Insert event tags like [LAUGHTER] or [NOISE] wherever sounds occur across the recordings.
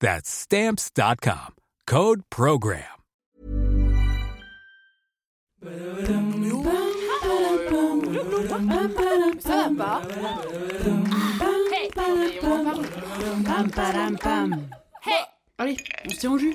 That's stamps.com. Code Program. Ça va pas Allez, on se tient au jus.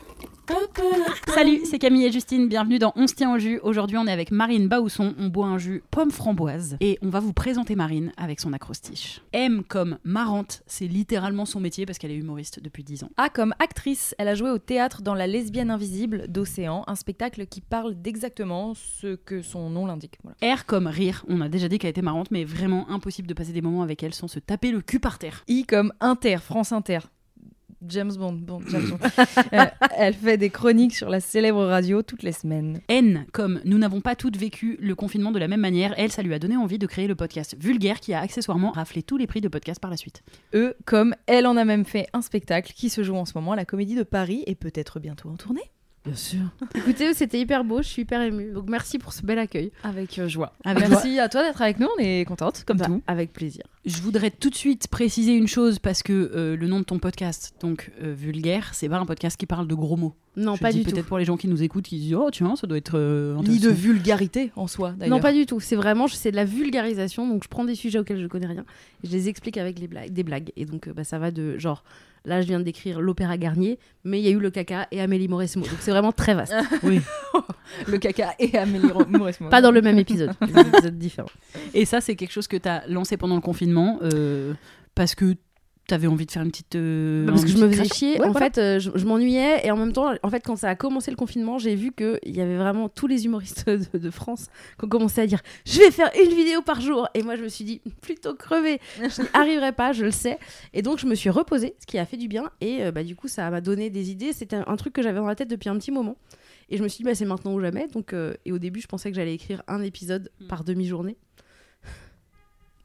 Salut, c'est Camille et Justine, bienvenue dans On se tient au jus. Aujourd'hui, on est avec Marine Baousson, on boit un jus pomme framboise et on va vous présenter Marine avec son acrostiche. M comme marrante, c'est littéralement son métier parce qu'elle est humoriste depuis 10 ans. A Ah, comme actrice, elle a joué au théâtre dans La lesbienne invisible d'Océan, un spectacle qui parle d'exactement ce que son nom l'indique. Voilà. R comme rire, on a déjà dit qu'elle était marrante mais vraiment impossible de passer des moments avec elle sans se taper le cul par terre. I comme Inter, France Inter. James Bond, bon, James [LAUGHS] Bond. Euh, elle fait des chroniques sur la célèbre radio toutes les semaines. N comme nous n'avons pas toutes vécu le confinement de la même manière, elle ça lui a donné envie de créer le podcast Vulgaire qui a accessoirement raflé tous les prix de podcast par la suite. E comme elle en a même fait un spectacle qui se joue en ce moment à la Comédie de Paris et peut-être bientôt en tournée. Bien sûr. Écoutez, c'était hyper beau, je suis hyper émue. Donc merci pour ce bel accueil. Avec euh, joie. Ah, Avec Merci à toi d'être avec nous, on est contente, comme Bah, tout. Avec plaisir. Je voudrais tout de suite préciser une chose parce que euh, le nom de ton podcast, donc euh, vulgaire, c'est pas un podcast qui parle de gros mots. Non, Je pas dis du tout. Peut-être pour les gens qui nous écoutent, qui disent oh tiens ça doit être euh, Ni de intéressant. vulgarité en soi, d'ailleurs. Non, pas du tout. C'est vraiment, je- c'est de la vulgarisation. Donc, je prends des sujets auxquels je connais rien. Et je les explique avec les blagues, des blagues. Et donc, euh, bah, ça va de genre, là, je viens de décrire l'opéra Garnier, mais il y a eu le caca et Amélie Mauresmo. Donc, c'est vraiment très vaste. Le caca et Amélie [LAUGHS] Ro- Mauresmo. Pas dans le même épisode. des épisodes différents. Et ça c'est quelque chose que t'as lancé pendant le confinement euh, parce que t'avais envie de faire une petite. euh, Bah, Parce un que je petit me faisais crash. chier. Ouais, en voilà. fait, euh, je, je m'ennuyais. Et en même temps, en fait, quand ça a commencé le confinement, j'ai vu qu'il y avait vraiment tous les humoristes [LAUGHS] de, de France qui ont commencé à dire Je vais faire une vidéo par jour. Et moi, je me suis dit Plutôt crever. Je n'y arriverai pas, je le sais. Et donc, je me suis reposée, ce qui a fait du bien. Et euh, bah, du coup, ça m'a donné des idées. C'était un, un truc que j'avais dans la tête depuis un petit moment. Et je me suis dit bah, C'est maintenant ou jamais. Donc, euh, et au début, je pensais que j'allais écrire un épisode Hmm. par demi-journée.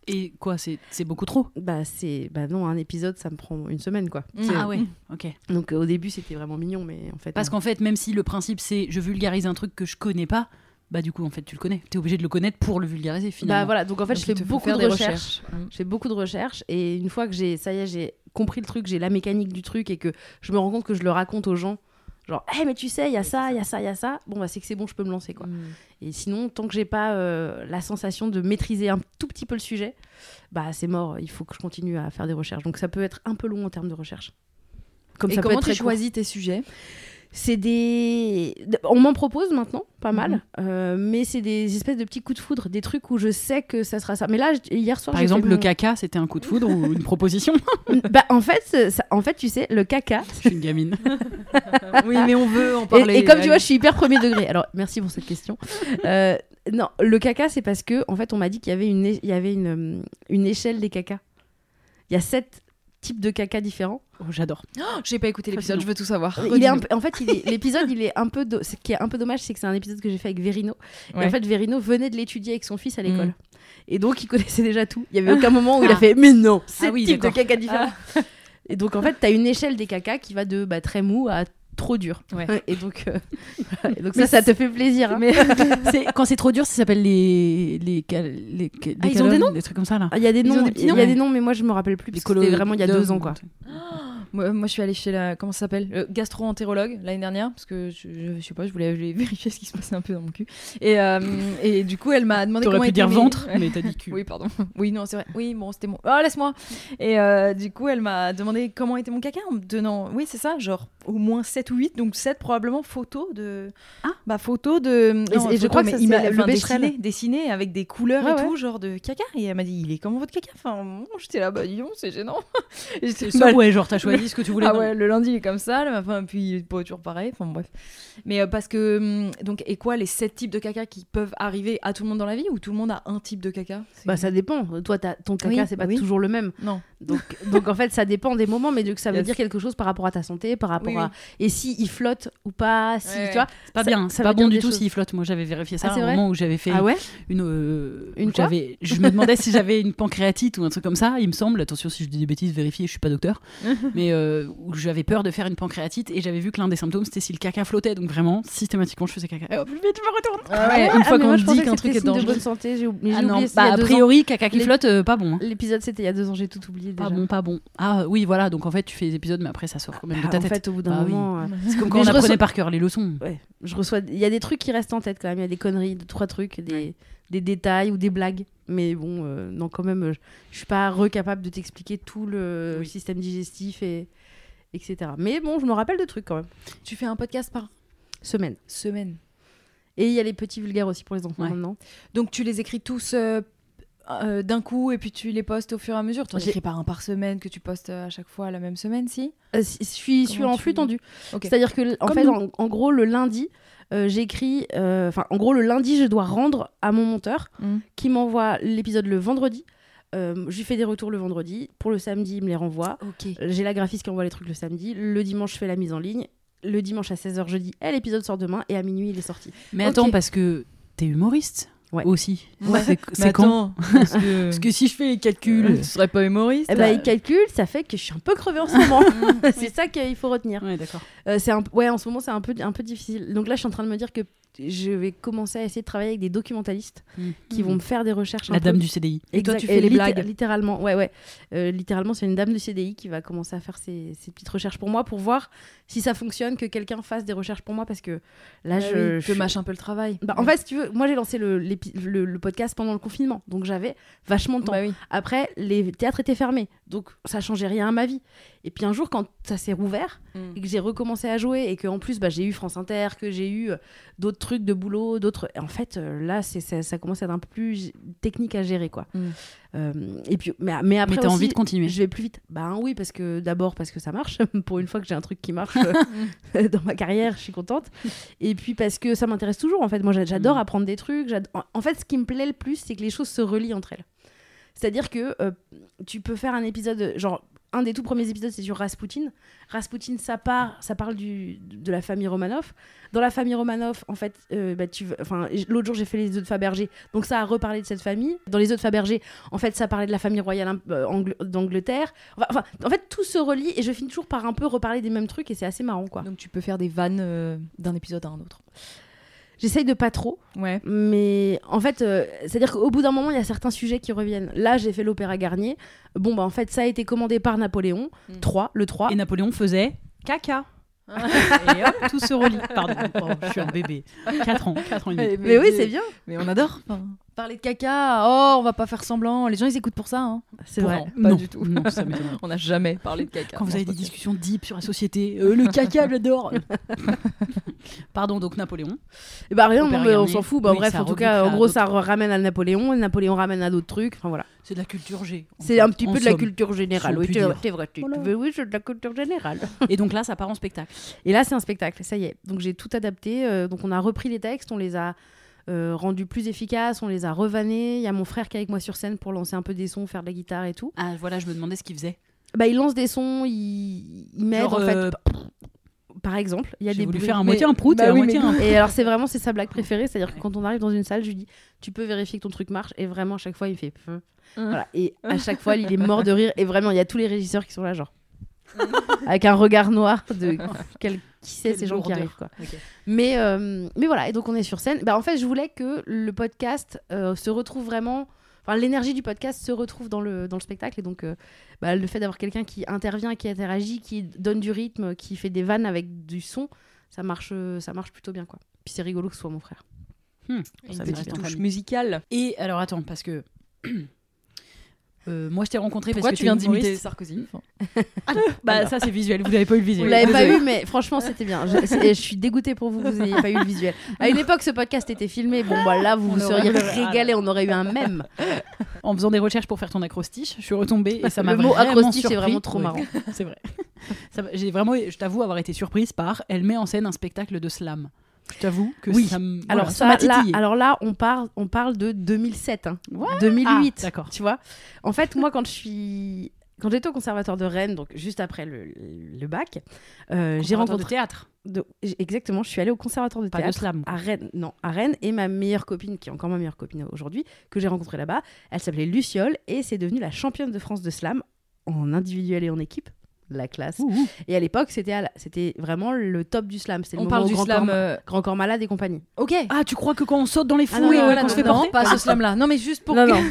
Et quoi c'est c'est beaucoup trop. Bah, c'est. Bah, non, un épisode, ça me prend une semaine, quoi. Mmh. Ah ouais. Ok. Donc, euh, au début, c'était vraiment mignon, mais en fait. Parce qu'en fait même si le principe c'est je vulgarise un truc que je connais pas, bah du coup en fait tu le connais. T'es obligé de le connaître pour le vulgariser finalement. Bah voilà, donc en fait, Donc, il je te fais faut beaucoup de faire recherches. des recherches. Mm. Je fais beaucoup de recherches et une fois que j'ai, ça y est, j'ai compris le truc, j'ai la mécanique du truc et que je me rends compte que je le raconte aux gens, genre, hé, mais tu sais, il y a ça, il y a ça, il y a ça. Bon, bah c'est que c'est bon, je peux me lancer quoi. Mm. Et sinon, tant que j'ai pas euh, la sensation de maîtriser un tout petit peu le sujet, bah c'est mort. Il faut que je continue à faire des recherches. Donc ça peut être un peu long en termes de recherche. Comme Et ça peut comment être tu très court. choisis tes sujets C'est des. On m'en propose maintenant, pas mal, Mhm. euh, mais c'est des espèces de petits coups de foudre, des trucs où je sais que ça sera ça. Mais là, j- hier soir, Par j'ai exemple fait le mon- caca c'était un coup de foudre ou une proposition. Bah, en, fait, ça- en fait, tu sais, le caca. [LAUGHS] je suis une gamine. [LAUGHS] Oui, mais on veut en Et, parler. et comme tu vois, je suis hyper premier degré. Alors, merci pour cette question. Euh, non, le caca, c'est parce que, en fait, on m'a dit qu'il y avait une, é- il y avait une, hum, une échelle des cacas. Il y a sept types de caca différents. Oh, J'adore. j'ai pas écouté l'épisode, Fascinant. je veux tout savoir. Il est un peu- en fait, il est- l'épisode, il est un peu. do- Ce qui est un peu dommage, c'est que c'est un épisode que j'ai fait avec Verino. Et Ouais. en fait, Verino venait de l'étudier avec son fils à l'école. Mm. Et donc, il connaissait déjà tout. Il y avait aucun moment où il a Ah. fait Mais non, c'est Ah oui, type de d'accord. caca différent. Ah. Et donc, en fait, t'as une échelle des cacas qui va de bah, très mou à trop dur. Ouais. [LAUGHS] Et donc, euh, voilà. Et donc ça, ça te fait plaisir. hein. Mais C'est- quand c'est trop dur, ça s'appelle les les cal- les, ca- les Ah, ils ont des calomnes, noms des trucs comme ça là. Ah, Il y a des Ils ont noms, des petits il y noms. a des noms, mais moi je me rappelle plus. parce que C'était vraiment il y a deux ans quoi. Moi, moi, je suis allée chez la. Comment ça s'appelle Le gastro-entérologue l'année dernière, parce que je, je sais pas, je voulais, [LAUGHS] je voulais vérifier ce qui se passait un peu dans mon cul. Et, euh, et du coup, elle m'a demandé T'aurais comment pu étaient dire mes- ventre, [LAUGHS] mais t'as dit cul. Oui, pardon. [LAUGHS] Oui, non, c'est vrai. Oui, bon, c'était mon. Oh, laisse-moi Et euh, du coup, elle m'a demandé comment était mon caca en me donnant. Oui, c'est ça, genre au moins 7 ou 8, donc 7 probablement photos de. Ah. Bah, photos de. Et- et je photos, crois que mais ça, c'est ima- le enfin, Becherel. dessinées, dessinées avec des couleurs Ouais, et ouais. tout, genre de caca. Et elle m'a dit, il est comment votre caca Enfin, bon, j'étais là, bah, dis donc, c'est gênant. [LAUGHS] Et j'étais- C'est ça, bah, ouais, genre t'as choisi ce que tu voulais. ah non. ouais, le lundi il est comme ça, le matin puis pas toujours pareil, enfin bref. Mais euh, parce que hum, donc et quoi les sept types de caca qui peuvent arriver à tout le monde dans la vie ou tout le monde a un type de caca C'est- Bah ça dépend. Toi, t'as- ton Oui, caca, c'est pas oui. toujours le même. Non. Donc, [LAUGHS] donc en fait, ça dépend des moments, mais donc ça veut Yes. dire quelque chose par rapport à ta santé, par rapport Oui, à et si il flotte ou pas, si Ouais, ouais. tu vois. C'est pas Ça- bien, ça c'est veut pas dire bon du des tout choses. s'il flotte. Moi j'avais vérifié ça Ah, à c'est un vrai moment où j'avais fait Ah, ouais. une. euh, Une où quoi j'avais- Je me demandais si j'avais une pancréatite ou un truc comme ça, il me semble. Attention si je dis des bêtises, vérifiez, je suis pas [LAUGHS] docteur. mais euh, où j'avais peur de faire une pancréatite et j'avais vu que l'un des symptômes c'était si le caca flottait. Donc vraiment, systématiquement je faisais caca. Et hop, vite, je me retourne Ah ouais, Ah, une fois mais qu'on moi, je pensais dit que qu'un truc c'était est signe de bonne dangereux. santé, j'ai oublié. Ah j'ai non, oublié ça il bah, y a a deux ans. priori, caca qui Les- flotte, euh, pas bon. hein. L'épisode c'était il y a deux ans, j'ai tout oublié Pas déjà. bon, pas bon. Ah oui, voilà, donc en fait, tu fais des épisodes, mais après, ça sort quand même de Bah, ta en tête. fait, au bout d'un Bah oui. moment, euh, C'est [LAUGHS] comme quand Mais on je apprenait reçois- par cœur les leçons. ouais, je reçois. Il y a des trucs qui restent en tête quand même. Il y a des conneries, deux trois trucs, des, des détails ou des blagues. Mais bon, euh, non, quand même, euh, je je suis pas recapable de t'expliquer tout le Oui. système digestif et etc. Mais bon, je me rappelle de trucs quand même. Tu fais un podcast par Semaine. semaine. Et il y a les petits vulgaires aussi pour les enfants Ouais. maintenant. Donc tu les écris tous euh, euh, d'un coup et puis tu les postes au fur et à mesure. Tu en J'ai- écris par un par semaine que tu postes euh, à chaque fois la même semaine, si Euh, si- je suis, je suis Comment en tu- flux tendu. Ok. C'est-à-dire que, l- en Comme fait, nous. en, en gros, le lundi, euh, j'écris. euh, Enfin, en gros, le lundi, je dois rendre à mon monteur Mm. qui m'envoie l'épisode le vendredi. Euh, je lui fais des retours le vendredi. Pour le samedi, il me les renvoie. Ok. Euh, J'ai la graphiste qui envoie les trucs le samedi. Le dimanche, je fais la mise en ligne. Le dimanche à 16h, je dis, eh, l'épisode sort demain. Et à minuit, il est sorti. Mais Ok. attends, parce que t'es humoriste Ouais. aussi. Ouais. C'est- C'est quand Parce [LAUGHS] que Parce que si je fais les calculs. tu serais pas humoriste. Eh ben, il calcule, ça fait que je suis un peu crevée en ce [LAUGHS] moment. [LAUGHS] c'est ça qu'il faut retenir. Ouais, d'accord. Euh, c'est un ouais en ce moment c'est un peu un peu difficile donc là je suis en train de me dire que je vais commencer à essayer de travailler avec des documentalistes qui vont me faire des recherches Mhm. Mmh. La un dame peu. du CDI. Et toi, Exact- euh, tu fais les litté- blagues. littéralement ouais ouais Euh, littéralement c'est une dame du CDI qui va commencer à faire ses, ses petites recherches pour moi pour voir si ça fonctionne que quelqu'un fasse des recherches pour moi parce que Ah là je, je, je suis- mâche un peu le travail. Bah, en fait, si tu veux, moi j'ai lancé le, l'épi- le- le podcast pendant le confinement, donc j'avais vachement de temps. Bah oui. Après, les théâtres étaient fermés, donc ça changeait rien à ma vie. Et puis un jour, quand ça s'est rouvert, et que j'ai recommencé à jouer et que en plus bah, j'ai eu France Inter, que j'ai eu euh, d'autres trucs de boulot, d'autres. En fait, euh, là, c'est ça, ça commence à être un peu plus g- technique à gérer quoi. Mm. Euh, et puis, mais, mais Ah, Mais après t'as aussi, envie de continuer. je vais plus vite. Bah hein, oui, parce que d'abord parce que ça marche. [LAUGHS] Pour une fois que j'ai un truc [LAUGHS] qui marche euh, dans ma carrière, je suis contente. Et puis parce que ça m'intéresse toujours. En fait, moi, j'a- j'adore Mm. apprendre des trucs. j'ado- en- En fait, ce qui me plaît le plus, c'est que les choses se relient entre elles. C'est-à-dire que euh, tu peux faire un épisode, euh, genre un des tout premiers épisodes, c'est sur Rasputin. Rasputin, ça part, ça parle du, de la famille Romanov. Dans la famille Romanov, en fait, euh, bah, tu, veux- enfin, j- l'autre jour j'ai fait les œufs de Fabergé, donc ça a reparlé de cette famille. Dans les œufs de Fabergé, en fait, ça parlait de la famille royale hein, euh, Angl- d'Angleterre. Enfin, enfin, en fait, tout se relie et je finis toujours par un peu reparler des mêmes trucs et c'est assez marrant, quoi. Donc tu peux faire des vannes euh, d'un épisode à un autre. J'essaye de pas trop, [LAUGHS] Ouais. mais en fait, euh, c'est-à-dire qu'au bout d'un moment, il y a certains sujets qui reviennent. Là, j'ai fait l'opéra Garnier. Bon, bah en fait, ça a été commandé par Napoléon Mm. 3, le 3. Et Napoléon faisait caca. et hop, tout se relie. Pardon, Oh, je suis un bébé. 4 ans, 4 ans et demi. Mais oui, c'est bien. Mais on adore. Parler de caca, oh, on va pas faire semblant. Les gens, ils écoutent pour ça. hein. C'est Pour vrai. un. Pas Non, du tout. non, ça [LAUGHS] m'étonnerait. On n'a jamais parlé de caca. Quand vous dans avez ce des podcast. discussions deep sur la société, euh, le caca, [LAUGHS] j'adore. Pardon, donc Napoléon. Et Bah rien, Opéra non, mais on Garnier. s'en fout. Bah, Oui, bref, ça en tout cas, en regroupe gros, à ça ramène à Napoléon, et Napoléon ramène à d'autres trucs. Enfin voilà. C'est de la culture G. en C'est fait, un petit en peu de la somme. culture générale. on Oui, peut c'est dire. c'est vrai. tu- Voilà. tu- Oui, c'est de la culture générale. Et donc là, ça part en spectacle. Et là, c'est un spectacle, ça y est. Donc j'ai tout adapté. euh, donc on a repris les textes, on les a euh, rendus plus efficaces, on les a revannés. Il y a mon frère qui est avec moi sur scène pour lancer un peu des sons, faire de la guitare et tout. Ah voilà, je me demandais ce qu'il faisait. Bah, il lance des sons, il, il m'aide Genre, en fait. euh, Par exemple, il y a J'ai des voulu bruits. faire un mais- moitié un prout bah et un oui, moitié mais un... Et alors, c'est vraiment c'est sa blague préférée. C'est-à-dire que Ouais. quand on arrive dans une salle, je lui dis Tu peux vérifier que ton truc marche Et vraiment, à chaque fois, il fait Hein. Hum. Hum. voilà. Et à chaque fois, il est mort de rire. Et vraiment, il y a tous les régisseurs qui sont là, genre. Hein. Avec un regard noir [LAUGHS] de quel- qui sait Quelle ces gens qui lourdeur. arrivent. Quoi. Ok. Mais, euh, mais voilà, et donc on est sur scène. Bah, en fait, je voulais que le podcast euh, se retrouve vraiment. enfin, l'énergie du podcast se retrouve dans le, dans le spectacle. Et donc, euh, bah, le fait d'avoir quelqu'un qui intervient, qui interagit, qui donne du rythme, qui fait des vannes avec du son, ça marche, euh, ça marche plutôt bien. quoi. Puis c'est rigolo que ce soit mon frère. Ça Une me petite reste en touche famille. musicale. Et alors attends, parce que [CLEARS THROAT] Euh, moi je t'ai rencontré Pourquoi parce que tu viens t'es humoriste. d'imiter Sarkozy [LAUGHS] Bah Ah, Alors. ça c'est visuel, vous n'avez pas eu le Vous visuel. l'avez pas Désolée. eu, mais franchement, c'était bien. Je, c'est- je suis dégoûtée pour vous que vous n'ayez pas eu le visuel. À une époque, ce podcast était filmé. Bon, bah là, vous On vous seriez aurait- régalé. On aurait eu un même. En faisant des recherches pour faire ton acrostiche, je suis retombée et ça m'a Le mot vraiment acrostiche, c'est surpris. vraiment trop Ouais, marrant. [LAUGHS] C'est vrai. Ça m'a- J'ai vraiment, je t'avoue avoir été surprise par. Elle met en scène un spectacle de slam. Je t'avoue que Oui. ça me- Alors, [LAUGHS] voilà, ça, m'a là, titillé. alors là, on parle, on parle de 2007, hein. Ouais. 2008. Ah, d'accord. Tu vois En fait, moi, quand je suis. Quand j'étais au conservatoire de Rennes, donc juste après le, le bac, euh, j'ai Conservatoire de rencontré. théâtre, de- exactement, je suis allée au conservatoire de pas de théâtre. slam. à Rennes, non, à Rennes, et ma meilleure copine, qui est encore ma meilleure copine aujourd'hui, que j'ai rencontrée là-bas, elle s'appelait Luciole, et c'est devenue la championne de France de slam, en individuel et en équipe, la classe. Ouh, ouh. Et à l'époque, c'était à la- c'était vraiment le top du slam. C'était le On moment parle où du grand slam. Corps, euh, grand corps malade et compagnie. Ok. Ah, tu crois que quand on saute dans les Ah, foules, non, et non, qu'on se non, non, fait non, porter pas ce slam-là. Non, mais juste pour non, que- [LAUGHS] non,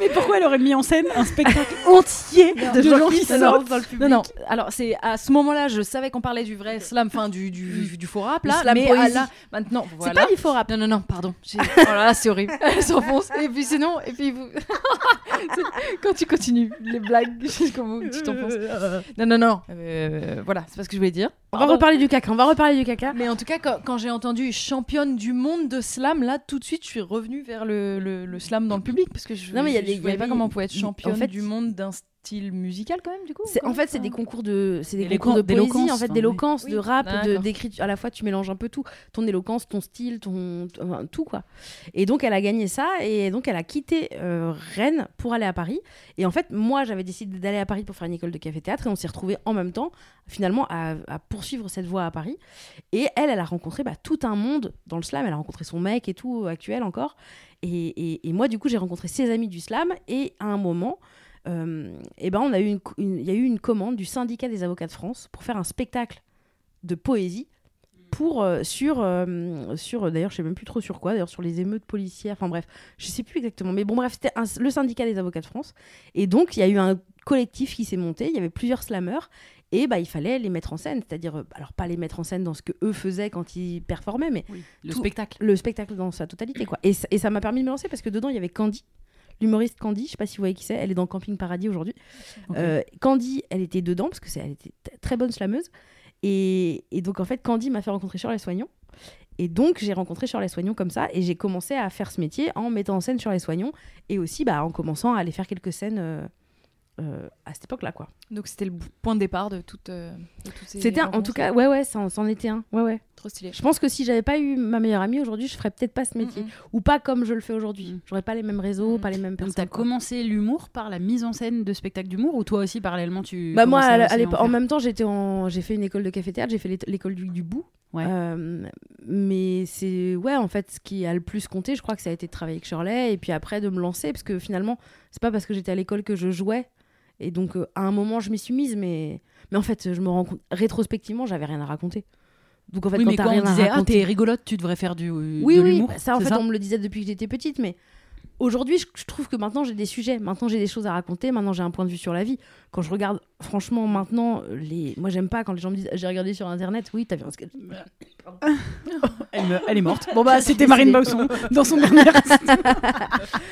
Mais pourquoi elle aurait mis en scène un [LAUGHS] spectacle entier de, gens qui se sortent lancent Non, non. Alors, c'est à ce moment-là, je savais qu'on parlait du vrai slam, enfin du, du, du, du faux rap, Le là. Mm. slam mais poésie. à là, maintenant, voilà. C'est pas du faux rap. Non, non, non, pardon. J'ai- [LAUGHS] Oh là là, c'est horrible. Elle s'enfonce. Et puis sinon, et puis vous. [LAUGHS] C'est- Quand tu continues les blagues [LAUGHS] jusqu'au bout, tu t'enfonces. euh, Non, non, non. Euh, voilà, c'est pas ce que je voulais dire. On va reparler du caca, on va reparler du caca. Mais en tout cas, quand, quand j'ai entendu championne du monde de slam, là, tout de suite, je suis revenue vers le, le- le slam dans le public parce que je Non, mais il y a je- des- je voyais il y pas avait- comment on pouvait être il- en championne fait, du monde d'un style musical quand même, du coup. C'est- En comment fait, ça c'est des concours de, c'est des Et les concours de con- d'éloquence, poésie, en fait, enfin, d'éloquence, oui. de rap, de D'accord. d'écriture. À la fois, tu mélanges un peu tout, ton éloquence, ton style, ton enfin, tout quoi. Et donc, elle a gagné ça, et donc elle a quitté euh, Rennes pour aller à Paris. Et en fait, moi, j'avais décidé d'aller à Paris pour faire une école de café-théâtre, et on s'est retrouvés en même temps, finalement, à, à poursuivre cette voie à Paris. Et elle, elle a rencontré bah, tout un monde dans le slam. Elle a rencontré son mec et tout, euh, actuel encore. Et, et- et moi, du coup, j'ai rencontré ses amis du slam. Et à un moment, euh, eh ben, on a eu une co- une- il y a eu une commande du syndicat des avocats de France pour faire un spectacle de poésie pour euh, sur euh, sur euh, d'ailleurs je sais même plus trop sur quoi d'ailleurs sur les émeutes policières enfin bref je sais plus exactement mais bon bref c'était un- le syndicat des avocats de France et donc il y a eu un collectif qui s'est monté il y avait plusieurs slameurs et bah il fallait les mettre en scène c'est-à-dire euh, alors pas les mettre en scène dans ce que eux faisaient quand ils performaient mais Le Tout- spectacle. le spectacle dans sa totalité quoi. Et, ça- et ça m'a permis de me lancer parce que dedans il y avait Candy, l'humoriste Candy, je sais pas si vous voyez qui c'est, elle est dans Camping Paradis aujourd'hui. Ok. Euh, Candy, elle était dedans parce que c'est, elle était t- très bonne slameuse. Et, et donc en fait Candy m'a fait rencontrer Charles Soignon. Et donc j'ai rencontré Charles Soignon comme ça et j'ai commencé à faire ce métier en mettant en scène Charles Soignon et aussi bah, en commençant à aller faire quelques scènes euh, euh, à cette époque là quoi. Donc c'était le point de départ de toute. euh, de toutes ces C'était un- en rencontres. tout cas ouais ouais ça en, ça en était un ouais ouais. Trop stylé. Je pense que si j'avais pas eu ma meilleure amie aujourd'hui je ferais peut-être pas ce métier. Mm, mm. ou pas comme je le fais aujourd'hui. Mm. J'aurais pas les mêmes réseaux, Mm. pas les mêmes Donc personnes. t'as quoi. commencé l'humour par la mise en scène de spectacles d'humour ou toi aussi parallèlement tu Bah moi, commençais à la- aussi à en l'époque- faire en même temps, j'étais en, j'ai fait une école de café-théâtre, j'ai fait l'é- l'école du, du bout. Ouais. Euh, mais c'est ouais, en fait, ce qui a le plus compté, je crois que ça a été de travailler avec Shirley et puis après de me lancer, parce que finalement, c'est pas parce que j'étais à l'école que je jouais. Et donc, euh, à un moment, je m'y suis mise, mais mais en fait, je me rends compte rétrospectivement, j'avais rien à raconter. Donc en fait, oui, quand mais t'as quand on rien disait à ah raconter, t'es rigolote, tu devrais faire du euh, Oui, de oui, l'humour. bah ça en c'est fait on me le disait depuis que j'étais petite, mais aujourd'hui je, je trouve que maintenant j'ai des sujets, maintenant j'ai des choses à raconter, maintenant j'ai un point de vue sur la vie. Quand je regarde, franchement maintenant, les... moi j'aime pas quand les gens me disent j'ai regardé sur internet, oui t'as vu un sketch. [LAUGHS] elle, me- elle est [LAUGHS] morte. Bon bah c'était Décidé. Marine [LAUGHS] Bausson dans son dernier.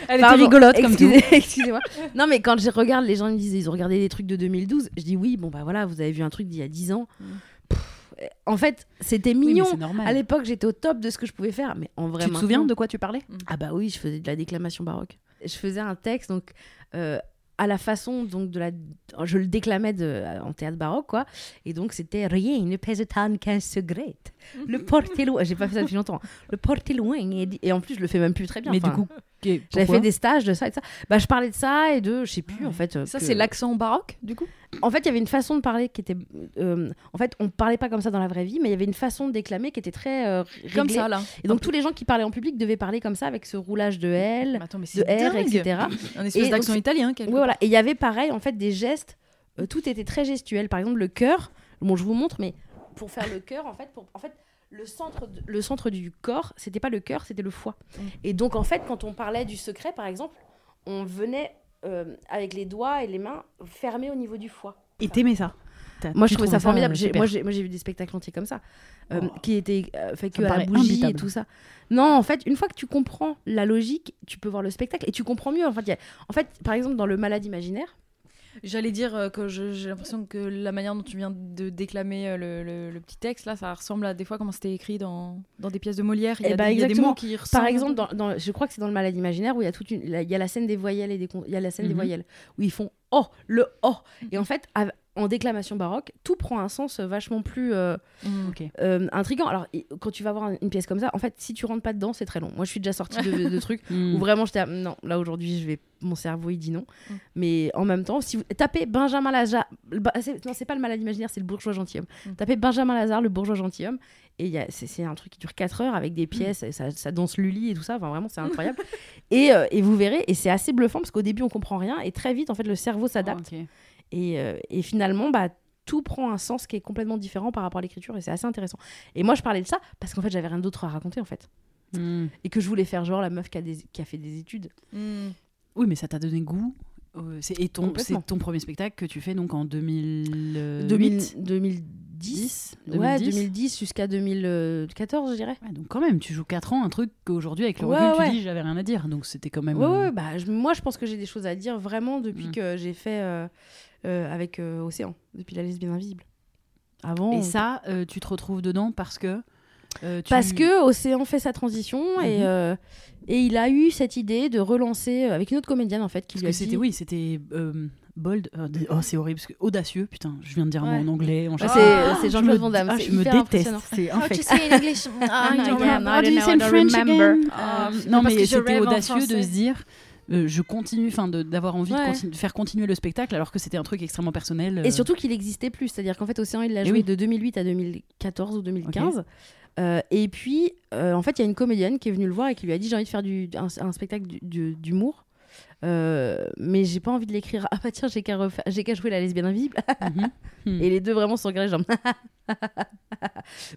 elle était Pardon, rigolote comme tout. excusez- [LAUGHS] Excusez-moi. non mais quand je regarde, les gens ils me disent ils ont regardé des trucs de 2012, je dis oui, bon bah voilà, vous avez vu un truc d'il y a 10 ans. Mm. Pff, en fait c'était Oui, mais mignon. c'est normal. à l'époque j'étais au top de ce que je pouvais faire, mais en vrai tu te maintenant- souviens de quoi tu parlais Ah bah oui, je faisais de la déclamation baroque. Je faisais un texte donc euh, à la façon donc de la je le déclamais de- euh, en théâtre baroque quoi et donc c'était rien ne pèse tant qu'un secret. Le porter loin, j'ai pas fait ça depuis longtemps. hein. Le porter loin et, di- et en plus je le fais même plus très bien. Mais enfin, du coup, qu'est- j'avais pourquoi fait des stages de ça et de ça. Bah je parlais de ça et de je sais plus en fait euh, Ça, que- c'est l'accent baroque, du coup en fait, il y avait une façon de parler qui était. euh, en fait, on parlait pas comme ça dans la vraie vie, mais il y avait une façon de déclamer qui était très. euh, Comme réglée. ça, là. Et donc, tous les gens qui parlaient en public devaient parler comme ça, avec ce roulage de L, Attends, mais de c'est R, dingue. etc. Un espèce Et d'accent donc, italien, quelque Ouais, voilà. Et il y avait pareil, en fait, des gestes. euh, tout était très gestuel. Par exemple, le cœur. Bon, je vous montre, mais pour faire le cœur, en fait, pour, en fait le, centre de- le centre du corps, c'était pas le cœur, c'était le foie. Mm. Et donc, en fait, quand on parlait du secret, par exemple, on venait euh, avec les doigts et les mains fermés au niveau du foie. Et t'aimais ça euh, Moi, je trouvais ça formidable. J'ai- J'ai- Moi, j'ai moi, j'ai vu des spectacles entiers comme ça, euh, Oh. qui étaient euh, faits Ça que me à la paraît bougie et imbitable. tout ça. Non, en fait, une fois que tu comprends la logique, tu peux voir le spectacle et tu comprends mieux. En fait, il y a- en fait par exemple, dans Le Malade Imaginaire, J'allais dire euh, que je- j'ai l'impression que la manière dont tu viens de déclamer euh, le, le- le petit texte, là, ça ressemble à des fois comment c'était écrit dans, dans des pièces de Molière. Il y, a Eh ben, des- il y a des exactement. mots qui ressemblent. par exemple, dans, dans- je crois que c'est dans Le Malade Imaginaire où il y a toute une, la- il y a la scène des voyelles et des, con- il y a la scène des Mhm. voyelles où ils font oh le oh et en fait av- en déclamation baroque, tout prend un sens vachement plus euh, Mm. Ok. euh, intriguant. Alors, i- quand tu vas voir un- une pièce comme ça, en fait, si tu rentres pas dedans, c'est très long. Moi, je suis déjà sortie de, de trucs Hmm. où Mm. vraiment j'étais à- non, là aujourd'hui, je vais mon cerveau il dit non. Mm. Mais en même temps, si vous tapez Benjamin Lazare, Ba- c'est- non, c'est pas le malade imaginaire, c'est le bourgeois gentilhomme. Mm. Tapez Benjamin Lazare, le bourgeois gentilhomme et il y a- c'est c'est un truc qui dure 4 heures avec des Mm. pièces, et ça, ça danse Lully et tout ça, enfin vraiment c'est incroyable. [LAUGHS] et, euh, et vous verrez et c'est assez bluffant parce qu'au début on comprend rien et très vite en fait le cerveau s'adapte Ah, ok. et, euh, et finalement, bah, tout prend un sens qui est complètement différent par rapport à l'écriture et c'est assez intéressant. Et moi, je parlais de ça parce qu'en fait, j'avais rien d'autre à raconter en fait. Mm. Et que je voulais faire genre la meuf qui a, des- qui a fait des études. Hmm. Mm. Oui, mais ça t'a donné goût. euh, c'est- et ton, Complètement. c'est ton premier spectacle que tu fais donc en 2008 2000- 2010 Ouais, 2010. 2010 jusqu'à 2014, je dirais. Ouais, donc quand même, tu joues 4 ans, un truc qu'aujourd'hui, avec le Ouais, recul, ouais. tu dis j'avais rien à dire. Donc c'était quand même. Ouais, ouais, euh, ouais, bah, je- moi, je pense que j'ai des choses à dire vraiment depuis Mm. que j'ai fait euh, euh, avec euh, Océan, depuis la lesbienne invisible. Avant. Et on- ça, euh, tu te retrouves dedans parce que. euh, tu- Parce que Océan fait sa transition Mhm. et, euh, et il a eu cette idée de relancer euh, avec une autre comédienne en fait qui Parce que lui a c'était, dit- oui, c'était euh, bold. euh, des- oh, c'est horrible, parce que audacieux, putain, je viens de dire un Ouais. mot en anglais. En Ah, japonais. c'est- Ah, c'est je Jean-Claude me- Van Damme, ah, c'est je me hyper déteste, impressionnant. Oh, c'est How to infect. say in English? [LAUGHS] Ah, I I don't don't know. know. I don't French remember. again. Ah, Euh, c'est non, parce mais que je c'était rêve en audacieux de français. se dire. euh, je continue, enfin, de- d'avoir envie Ouais. de, continu- de faire continuer le spectacle alors que c'était un truc extrêmement personnel. euh, Et surtout qu'il existait plus, c'est-à-dire qu'en fait Océan il l'a Eh joué oui. de 2008 à 2014 ou 2015. Euh, et puis euh, en fait il y a une comédienne qui est venue le voir et qui lui a dit j'ai envie de faire du, un, un spectacle du- du- d'humour. Euh, mais j'ai pas envie de l'écrire. Ah bah tiens, j'ai qu'à refaire- j'ai qu'à jouer la lesbienne invisible. mhm. Mm. [LAUGHS] Et les deux vraiment se regardent genre.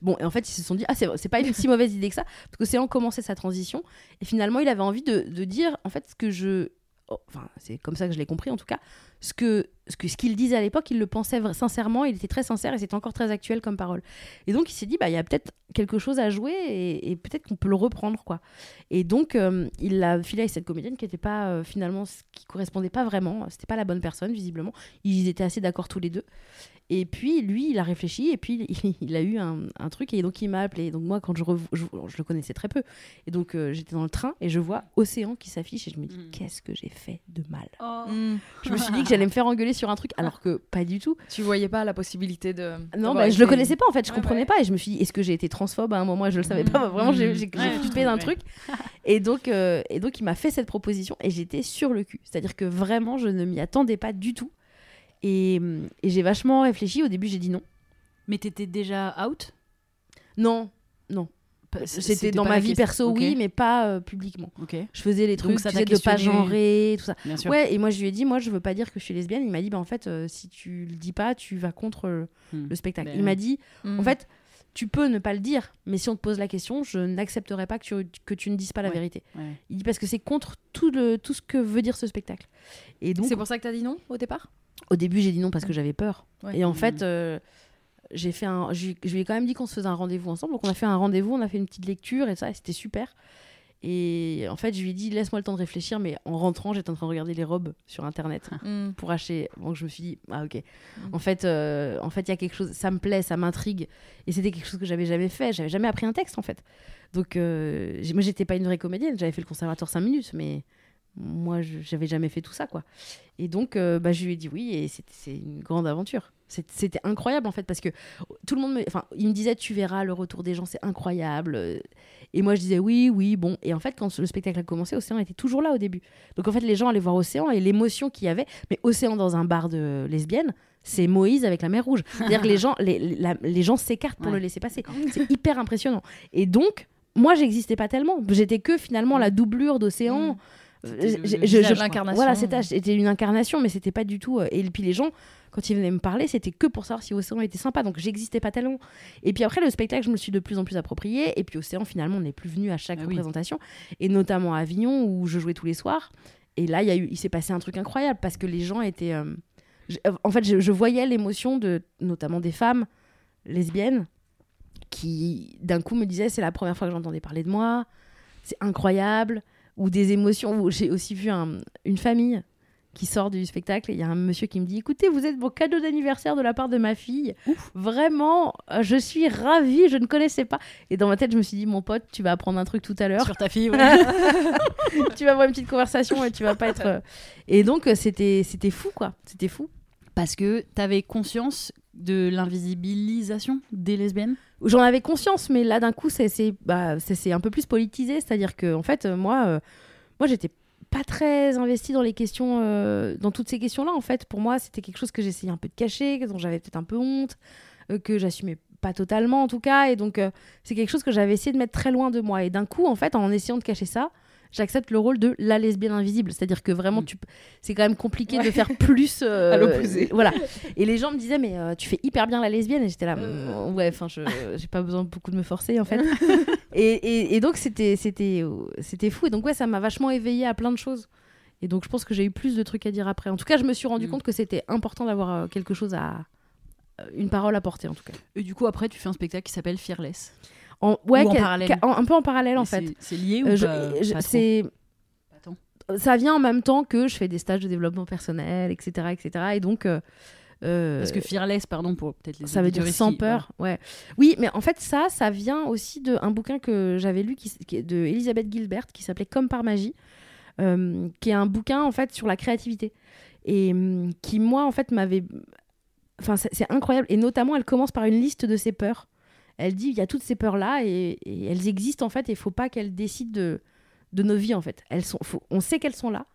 bon, et en fait, ils se sont dit ah c'est c'est pas une si mauvaise idée que ça parce que Céan commençait sa transition et finalement il avait envie de, de dire en fait ce que je oh, enfin c'est comme ça que je l'ai compris en tout cas ce que ce que ce qu'il disait à l'époque il le pensait vra- sincèrement il était très sincère et c'était encore très actuel comme parole et donc il s'est dit bah il y a peut-être quelque chose à jouer et, et peut-être qu'on peut le reprendre quoi et donc euh, il l'a filé à cette comédienne qui était pas euh, finalement ce qui correspondait pas vraiment c'était pas la bonne personne visiblement ils étaient assez d'accord tous les deux et puis lui, il a réfléchi et puis il, [LAUGHS] il a eu un, un truc et donc il m'a appelé. Donc moi, quand je, revo- je, je le connaissais très peu, et donc euh, j'étais dans le train et je vois Océan qui s'affiche et je me dis Mm. qu'est-ce que j'ai fait de mal. Oh. Mm. Je me suis dit que j'allais me faire engueuler sur un truc alors que pas du tout. Tu voyais pas la possibilité de. d'avoir Non, bah, je le été- connaissais pas en fait, je Ouais, comprenais ouais. pas et je me suis dit est-ce que j'ai été transphobe à un moment et je le savais pas. Bah, vraiment, j'ai Mm. j'ai- j'ai Ouais, flippé ouais. [LAUGHS] d'un truc et donc euh, et donc il m'a fait cette proposition et j'étais sur le cul. C'est-à-dire que vraiment, je ne m'y attendais pas du tout et, et j'ai vachement réfléchi. Au début, j'ai dit non, Mais t'étais déjà out non, non. Pas- Bah, c- C'était dans pas ma la vie question- perso, ok, oui, mais pas euh, publiquement. Ok, Je faisais les trucs ça tu t'a sais, de pas questionné. genrer, tout ça. bien sûr. Ouais, et moi je lui ai dit, moi je veux pas dire que je suis lesbienne. Il m'a dit, bah en fait, euh, si tu le dis pas, tu vas contre le, Hmm. le spectacle. Ben Il m'a dit, Mm. en fait, tu peux ne pas le dire, mais si on te pose la question, je n'accepterai pas que tu, que tu ne dises pas la Ouais. vérité. Ouais. Il dit parce que c'est contre tout, le, tout ce que veut dire ce spectacle. Et donc, C'est pour ça que t'as dit non au départ au début, j'ai dit non parce que j'avais peur. Ouais. Et en Mhm. fait, euh, j'ai fait un, je, lui- je lui ai quand même dit qu'on se faisait un rendez-vous ensemble. Donc on a fait un rendez-vous, on a fait une petite lecture et ça, et c'était super. Et en fait, je lui ai dit laisse-moi le temps de réfléchir, mais en rentrant, j'étais en train de regarder les robes sur Ah. internet Mm. pour acheter. Donc je me suis dit ah ok. Mhm. En fait, euh, en fait, il y a quelque chose, ça me plaît, ça m'intrigue. Et c'était quelque chose que j'avais jamais fait. J'avais jamais appris un texte en fait. Donc euh, j'ai- moi, j'étais pas une vraie comédienne. J'avais fait le conservatoire 5 minutes, mais moi, je- j'avais jamais fait tout ça quoi. Et donc, euh, bah, je lui ai dit oui, et c'était- c'est une grande aventure. C'est- C'était incroyable en fait, parce que tout le monde me, enfin, il me disait tu verras le retour des gens, c'est incroyable. Euh, Et moi je disais oui, oui, bon. Et en fait, quand le spectacle a commencé, Océan était toujours là au début. Donc en fait, les gens allaient voir Océan et l'émotion qu'il y avait, mais Océan dans un bar de lesbiennes, c'est Moïse avec la mer rouge. C'est-à-dire que les gens, les, la- les gens s'écartent pour Ouais. le laisser passer. C'est hyper impressionnant. Et donc, moi j'existais pas tellement. J'étais que finalement la doublure d'Océan. Mm. C'était le- J'ai- le je- visage, je- l'incarnation. Voilà, c'était c'était une incarnation, mais c'était pas du tout. euh, et puis les gens, quand ils venaient me parler, c'était que pour savoir si Océan était sympa. Donc j'existais pas tellement. Et puis après, le spectacle, je me suis de plus en plus approprié. Et puis Océan, finalement, on n'est plus venu à chaque Ah oui. représentation. Et notamment à Avignon, où je jouais tous les soirs. Et là, il y a eu, il s'est passé un truc incroyable parce que les gens étaient. euh, je- en fait, je, je voyais l'émotion de, notamment des femmes lesbiennes, qui d'un coup me disaient c'est la première fois que j'entendais parler de moi, c'est incroyable, ou des émotions. où J'ai aussi vu un- une famille qui sort du spectacle et il y a un monsieur qui me dit écoutez vous êtes mon cadeau d'anniversaire de la part de ma fille vraiment euh, je suis ravie je ne connaissais pas et dans ma tête je me suis dit mon pote tu vas apprendre un truc tout à [LAUGHS] l'heure Sur ta fille, ouais. tu vas avoir une petite conversation et tu vas pas [LAUGHS] être. euh, Et donc euh, c'était c'était fou quoi, c'était fou. [LAUGHS] Parce que t'avais conscience de l'invisibilisation des lesbiennes J'en avais conscience, mais là d'un coup c'est c'est bah, ça s'est un peu plus politisé, c'est-à-dire que en fait euh, moi euh, moi j'étais pas très investie dans les questions euh, dans toutes ces questions là en fait. Pour moi c'était quelque chose que j'essayais un peu de cacher, dont j'avais peut-être un peu honte, euh, que j'assumais pas totalement en tout cas, et donc euh, c'est quelque chose que j'avais essayé de mettre très loin de moi. Et d'un coup en fait en essayant de cacher ça. J'accepte le rôle de la lesbienne invisible, c'est-à-dire que vraiment, Mm. tu p- c'est quand même compliqué de faire plus euh, À l'opposé. Voilà. Et les gens me disaient, mais euh, tu fais hyper bien la lesbienne. Et j'étais là, Mm, ouais, enfin, je j'ai pas besoin beaucoup de me forcer, en fait. et, et- et donc, c'était c'était euh, c'était fou. Et donc, ouais, ça m'a vachement éveillée à plein de choses. Et donc, je pense que j'ai eu plus de trucs à dire après. En tout cas, je me suis rendu Mm. compte que c'était important d'avoir euh, quelque chose à. euh, Une parole à porter, en tout cas. Et du coup, après, tu fais un spectacle qui s'appelle Fearless. En, ouais, Ou en quel- parallèle. quel- en- un peu en parallèle, en Et fait. c'est- C'est lié ou Euh, je- pas, je- pas trop c'est Pas tant. ça vient en même temps que je fais des stages de développement personnel, etc., etc. Et donc, euh, euh, Parce que Fearless, pardon, pour peut-être les ça veut dire auditeurs sans ici, peur, ouais. Oui, mais en fait ça, ça vient aussi d'un bouquin que j'avais lu qui, s- qui est de Elisabeth Gilbert qui s'appelait Comme par magie, euh, qui est un bouquin en fait sur la créativité et hum, qui moi en fait m'avait, enfin c'est c'est incroyable et notamment elle commence par une liste de ses peurs. Elle dit il y a toutes ces peurs là et, et elles existent en fait et il faut pas qu'elles décident de, de nos vies en fait. Elles sont, faut- on sait qu'elles sont là,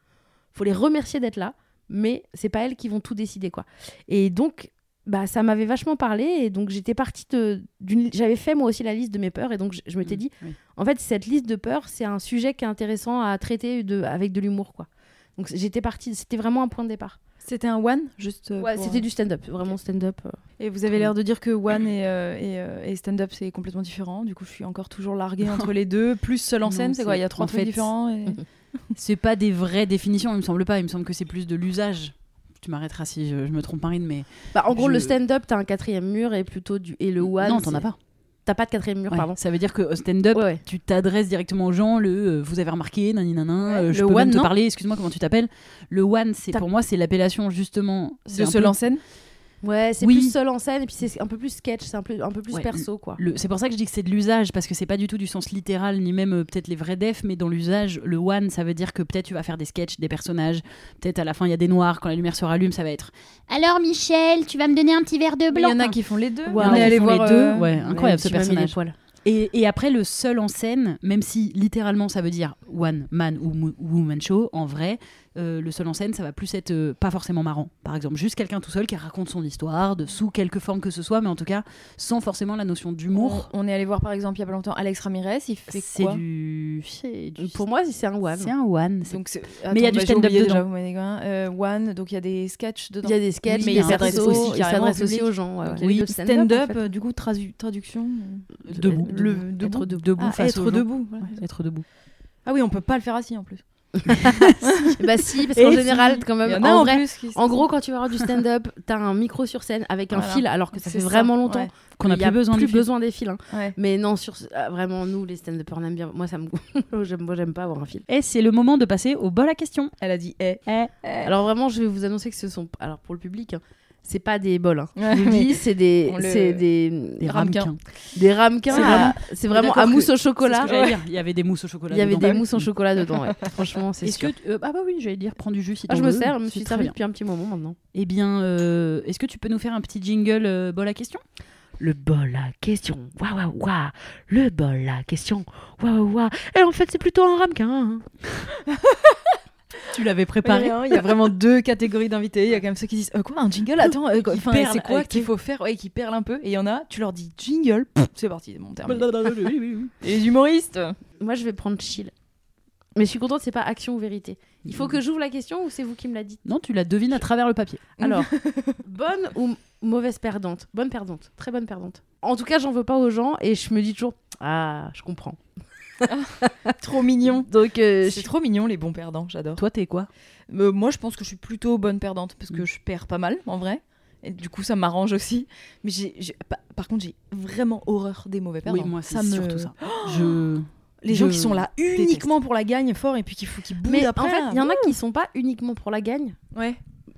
faut les remercier d'être là, mais c'est pas elles qui vont tout décider quoi. Et donc bah, ça m'avait vachement parlé et donc j'étais partie de d'une j'avais fait moi aussi la liste de mes peurs et donc je, je voilà. m'étais dit Mm, Oui. en fait cette liste de peurs c'est un sujet qui est intéressant à traiter de avec de l'humour quoi donc j'étais partie c'était vraiment un point de départ C'était un one, juste. euh, ouais pour, c'était euh, du stand-up vraiment stand-up euh. Et vous avez l'air de dire que [COUGHS] one et, euh, et, euh, et stand-up c'est complètement différent. Du coup, je suis encore toujours larguée entre les deux. Plus seul en Non, scène, c'est quoi Il y a c'est- trois en trucs fait, [LAUGHS] différents. et- C'est pas des vraies définitions, il me semble pas. Il me semble que c'est plus de l'usage. Tu m'arrêteras si je, je me trompe, Marine, mais. Bah, en gros Je- le stand-up t'as un quatrième mur et plutôt du et le one non, t'en as c'est- pas. t'as pas de quatrième mur Ouais. pardon Ça veut dire que au stand-up, ouais, ouais. tu t'adresses directement aux gens, le euh, vous avez remarqué, naninanin, euh, je le peux one, même te non parler, excuse-moi, comment tu t'appelles. Le one, c'est T'as- pour moi, c'est l'appellation justement. de C'est un seul peu en scène Ouais, c'est Oui. plus seul en scène et puis c'est un peu plus sketch c'est un peu un peu plus Ouais. perso quoi Le- C'est pour ça que je dis que c'est de l'usage, parce que c'est pas du tout du sens littéral, ni même euh, peut-être les vrais defs, mais dans l'usage, le one, ça veut dire que peut-être tu vas faire des sketchs, des personnages, peut-être à la fin il y a des noirs, quand la lumière se rallume, ça va être Alors Michel, tu vas me donner un petit verre de Mais Il blanc. hein y en a qui font les deux. Wow. On est Ils allé font voir les deux, euh, ouais, incroyable ce Tu m'as mis les personnage. poils. Et, et après, le seul en scène, même si littéralement ça veut dire one man ou mo- woman show, en vrai, euh, le seul en scène, ça va plus être euh, pas forcément marrant. Par exemple, juste quelqu'un tout seul qui raconte son histoire, de, sous quelque forme que ce soit, mais en tout cas, sans forcément la notion d'humour. On, on est allé voir par exemple il y a pas longtemps Alex Ramirez. Il fait C'est quoi du. C'est du. pour moi c'est un one C'est un Euh, one. c'est- Donc, c'est- il y a Attends, du bah, j'ai stand-up oublié déjà, dedans. vous m'avez dit, hein. Euh, one, donc il y a des sketchs dedans. il y a des sketchs Oui, mais mais il il s'adresse s'adresse aussi aussi il carrément au s'adresse aussi public. aux gens ouais, ouais. Oui, Le stand-up, en fait. euh, du coup, tradu- traduction. Debout. Le- Être debout. debout. Ah, face aux être gens. debout. voilà. Ouais, être debout. Ah oui, on peut pas le faire assis en plus. Bah si, parce qu'en Et général, si. quand Il y même, en a en, en vrai, plus qui- en gros, quand tu vas voir du stand-up, t'as un micro sur scène avec un Voilà. fil, alors que ça C'est fait vraiment ça, longtemps ouais. Qu'on a qu'il y a plus besoin plus du film. besoin des fils. hein. Ouais. Mais non, sur ah, vraiment, nous, les stand-uppers, on aime bien. Moi, ça me, [LAUGHS] j'aime, moi, j'aime pas avoir un fil. Et Eh, c'est le moment de passer au bol à question. Elle a dit eh. Alors vraiment, je vais vous annoncer que ce sont, alors pour le public, hein, c'est pas des bols. [LAUGHS] hein. Ouais, Je vous le mais dis, c'est des, on le- c'est des, Des des, ramequins. ramequins. ramequins. C'est à- C'est vraiment d'accord à mousse que- au C'est ce chocolat. que j'allais dire. Il y avait des mousses au chocolat. Il y avait dedans. des mousses en chocolat dedans. [LAUGHS] ouais. Franchement, c'est Est-ce sûr. que. euh, ah bah oui, j'allais dire, prends du jus si Ah, je t'en me veux, sers, je me c'est suis très servi bien. depuis un petit moment maintenant. Eh bien, euh, est-ce que tu peux nous faire un petit jingle euh, bol à question Le bol à question. Waouh, waouh, waouh. Le bol à question. Waouh, waouh, waouh. Eh, Et en fait, c'est plutôt un ramequin. hein. Tu [LAUGHS] l'avais Pareil, préparé hein, Il y a vraiment deux catégories d'invités. Il y a quand même ceux qui disent Euh, quoi un jingle Attends, euh, quoi- Qui enfin, perlent, c'est quoi euh, qu'il qui- faut faire Ouais, qui perle un peu. Et il y en a, tu leur dis jingle, pff, c'est parti, mon terme. Et les humoristes Moi, je vais prendre chill. Mais je suis contente, c'est pas action ou vérité. Il faut que j'ouvre la question ou c'est vous qui me la dites [LAUGHS] Non, tu la devines à travers le papier. [LAUGHS] Alors, bonne ou m- mauvaise perdante Bonne perdante, très bonne perdante. En tout cas, j'en veux pas aux gens et je me dis toujours Ah, je comprends. Trop mignon. Donc, euh, je C'est trop mignon les bons perdants, j'adore. Toi, t'es quoi Mm. Euh, moi, je pense que je suis plutôt bonne perdante parce que je perds pas mal en vrai. Et du coup, ça m'arrange aussi. Mais j'ai, j'ai- pa- par contre, j'ai vraiment horreur des mauvais perdants. Oui, moi, c'est me- surtout ça. [GASPS] Je. Les gens Je qui sont là déteste. uniquement pour la gagne fort et puis qu'il faut qu'ils boudent Mais après. en fait, il y en a qui sont pas uniquement pour la gagne, Ouais,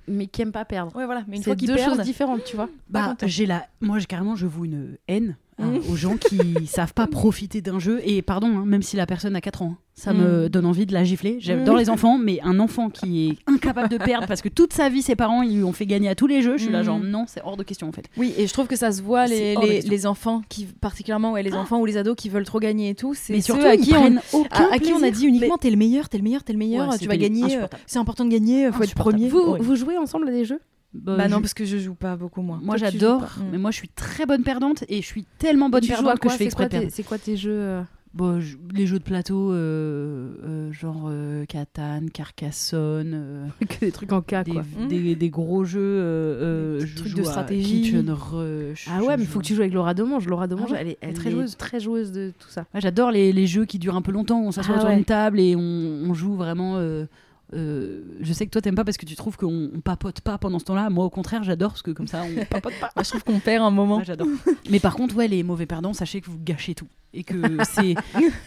mais qui aiment pas perdre. ouais, voilà. Mais une C'est fois qu'ils deux choses perdent, différentes, tu vois. Pas Bah, content. j'ai la. Moi, j'ai carrément, je vous une haine hein, Mm. aux gens qui savent pas profiter d'un jeu. Et pardon, hein, même si la personne a 4 ans, hein, ça me Mm. donne envie de la gifler. J'adore Mm. les enfants, mais un enfant qui est incapable de perdre parce que toute sa vie, ses parents, ils lui ont fait gagner à tous les jeux. Je suis là, Mm. genre, non, c'est hors de question en fait. oui, et je trouve que ça se voit C'est les, hors de les, question. Ah. les enfants qui, particulièrement, ouais, les enfants ou les ados qui veulent trop gagner et tout. C'est Mais ceux surtout, à ils qui on prennent aucun à, à qui on a plaisir. dit uniquement t'es le meilleur, t'es le meilleur, t'es le meilleur, Ouais, tu vas c'était gagner, euh, insupportable. c'est important de gagner, faut être Insupportable. premier. Vous, Ouais. vous jouez ensemble à des jeux Bah, Bah non, je- parce que je joue pas beaucoup moins. Moi Toi, tu joues j'adore, pas. Mm. mais moi je suis très bonne perdante et je suis tellement bonne Tu joues à perdante que quoi je fais C'est exprès quoi de perdre. tes- C'est quoi tes jeux euh, Bon, je- les jeux de plateau, euh, euh, genre euh, Catane, Carcassonne, euh, [LAUGHS] Que des trucs en cas, des, quoi. Hmm Mm. des- des gros jeux, euh, Des euh, petits je trucs joue de à stratégie. Kitchen Rush, Ah je ouais, mais il joue faut que à- tu joues avec Laura Demange. Laura Demange, ouais, Ah elle, est, elle est très très joueuse. joueuse. très joueuse de tout ça. Ouais, J'adore les, les jeux qui durent un peu longtemps, on s'assoit Ah autour ouais. d'une table et on, on joue vraiment. euh, euh, je sais que toi t'aimes pas parce que tu trouves qu'on on papote pas pendant ce temps-là. Moi au contraire j'adore parce que comme ça [LAUGHS] on papote pas. Moi, je trouve qu'on perd un moment. Ouais, j'adore. Hein [LAUGHS] Mais par contre ouais les mauvais perdants sachez que vous gâchez tout et [LAUGHS] que c'est Et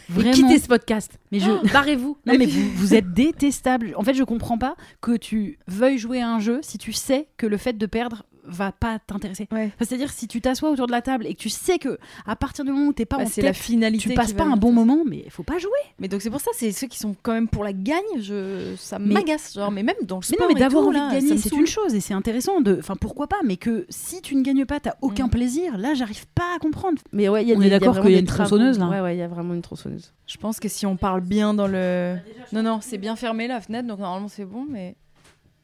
vraiment. quittez ce [LAUGHS] podcast. Mais je Ah Barrez-vous. Non mais vous, vous êtes détestable. En fait, je comprends pas que tu veuilles jouer à un jeu si tu sais que le fait de perdre va pas t'intéresser. Ouais. Enfin, C'est-à-dire si tu t'assois autour de la table et que tu sais que à partir du moment où t'es pas Bah, en c'est la tête, finalité. tu qui passes va pas un nous- bon moment, mais faut pas jouer. Mais donc c'est pour ça, c'est ceux qui sont quand même pour la gagne, je... ça Mais- m'agace. Genre, mais même dans le Mais sport, non, mais et d'avoir tout, envie là, de ça gagner, me c'est saoule. une chose et c'est intéressant. De... Enfin, pourquoi pas Mais que si tu ne gagnes pas, t'as aucun Mm. plaisir. Là, j'arrive pas à comprendre. Mais ouais, il y a On des- est il y a d'accord vraiment qu'il y a des une travaux. tronçonneuse, là. Ouais, ouais, il y a vraiment une tronçonneuse. Je pense que si on parle bien dans le. Non, non, c'est bien fermé la fenêtre, donc normalement c'est bon, mais.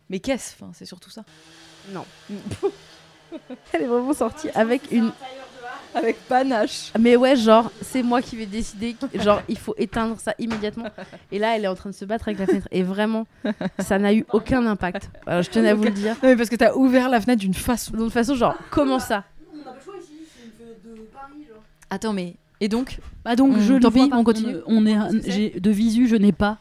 Mais qu'est-ce enfin, C'est surtout ça. Non. [LAUGHS] Elle est vraiment sortie avec une. Avec panache. Mais ouais, genre, c'est moi qui vais décider. que- Genre, il faut éteindre ça immédiatement. Et là, elle est en train de se battre avec la fenêtre. Et vraiment, ça n'a eu aucun impact. Alors, je tenais à vous le dire. Non, mais parce que t'as ouvert la fenêtre d'une façon. Donc, de toute façon, genre, comment ça Attends, mais. Et donc Bah donc, Mm. je Tant le vois pis, pas. on continue. On, est, ce que j'ai- de visu, je n'ai pas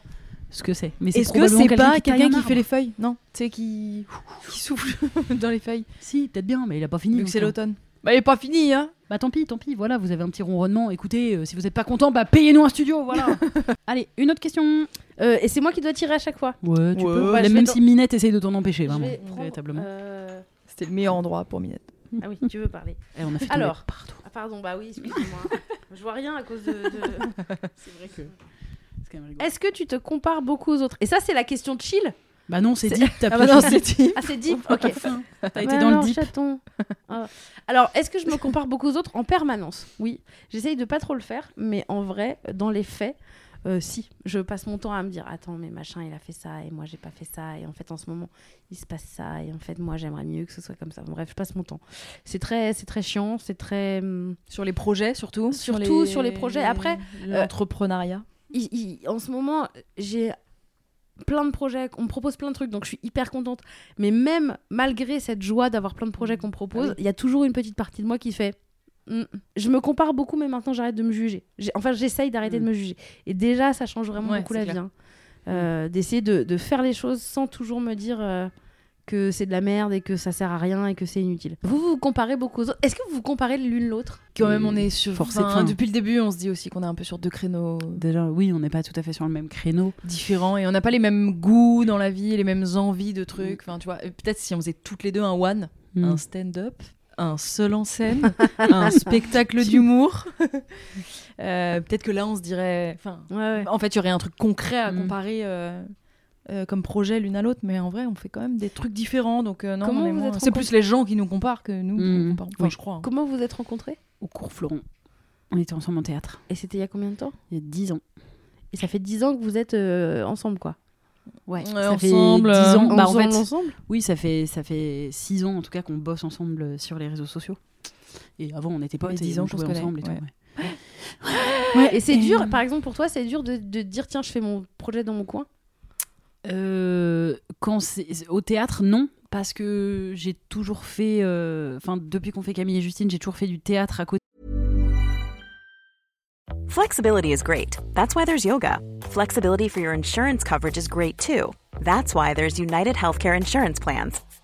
ce que c'est. Mais Est-ce que probablement c'est pas taille quelqu'un un qui arbre. fait les feuilles Non, tu sais, qui... qui souffle [LAUGHS] dans les feuilles. Si, peut-être bien, mais il a pas fini. Vu que c'est donc, hein. l'automne. Bah, il est pas fini, hein Bah tant pis, tant pis, voilà, vous avez un petit ronronnement. Écoutez, euh, si vous n'êtes pas content, bah payez-nous un studio, [LAUGHS] voilà. Allez, une autre question. Euh, Et c'est moi qui dois tirer à chaque fois. Ouais, tu Ouais. peux. Bah, je même vais si Minette essaye de t'en empêcher, Je vraiment, vais prendre, véritablement. euh, C'était le meilleur endroit pour Minette. Ah oui, tu veux parler. Eh, on a fait tomber Alors. partout. Ah, pardon, bah oui, excusez-moi. Je vois rien à cause de. [LAUGHS] C'est vrai que. C'est quand même rigolo. Est-ce que tu te compares beaucoup aux autres Et ça, c'est la question de chill Bah non, c'est dit. T'as Ah, bah plus- non, c'est dit. Ah, c'est deep Ok. T'as Ouais, été dans alors, le deep. chaton. [LAUGHS] Ah. Alors, est-ce que je me compare beaucoup aux autres en permanence Oui. J'essaye de pas trop le faire, mais en vrai, dans les faits, euh, si. Je passe mon temps à me dire Attends, mais machin, il a fait ça, et moi, j'ai pas fait ça, et en fait, en ce moment, il se passe ça, et en fait, moi, j'aimerais mieux que ce soit comme ça. Bon, bref, je passe mon temps. C'est très, c'est très chiant, c'est très. hum, Sur les projets, surtout. Surtout sur les projets. Après, l'entrepreneuriat. il- il- en ce moment, j'ai plein de projets, on me propose plein de trucs, donc je suis hyper contente. Mais même malgré cette joie d'avoir plein de projets qu'on me propose, il y a toujours une petite partie de moi qui fait. Mm. Je me compare beaucoup, mais maintenant j'arrête de me juger. J'ai- Enfin, j'essaye d'arrêter Mm. de me juger. Et déjà, ça change vraiment Ouais, beaucoup c'est la clair. vie. hein. Euh, D'essayer de, de faire les choses sans toujours me dire euh, que c'est de la merde et que ça sert à rien et que c'est inutile. Vous vous comparez beaucoup aux autres. Est-ce que vous vous comparez l'une l'autre Quand même, on est sur. Forcé de enfin, fin. depuis le début, on se dit aussi qu'on est un peu sur deux créneaux Déjà, oui, on n'est pas tout à fait sur le même créneau. différents et on n'a pas les mêmes goûts dans la vie, les mêmes envies de trucs. Enfin, tu vois, et peut-être si on faisait toutes les deux un one, Mm. Hmm. un stand-up, un seul en scène, [LAUGHS] un spectacle d'humour, [LAUGHS] euh, peut-être que là, on se dirait. Enfin, Ouais, ouais. en fait, il y aurait un truc concret à Mm. comparer. euh, euh, comme projet l'une à l'autre, mais en vrai, on fait quand même des trucs différents. Donc, euh, non, Comment on est vous moins- êtes c'est plus les gens qui nous comparent que nous. qui nous Mm. comparons. Enfin, Oui. je crois. hein. Comment vous vous êtes rencontrés Au cours Florent. On était ensemble en théâtre Et c'était il y a combien de temps il y a 10 ans. Et ça fait 10 ans que vous êtes euh, ensemble, quoi. Ouais, Ouais, ça ensemble, fait 10 ans. euh, Bah, en Ensemble, fait, ensemble Oui, ça fait ça fait six ans en tout cas qu'on bosse ensemble euh, sur les réseaux sociaux. Et avant, on n'était pas Mais dix ans ans qu'on jouait se connaît, ensemble et tout. ouais. ouais. Ouais, Et c'est euh, dur, par exemple, pour toi, c'est dur de, de dire tiens, je fais mon projet dans mon coin. euh, quand c'est au théâtre, non, parce que j'ai toujours fait, euh, enfin depuis qu'on fait Camille et Justine, j'ai toujours fait du théâtre à côté. Flexibility is great. That's why there's yoga. Flexibility for your insurance coverage is great too. That's why there's United Healthcare Insurance Plans.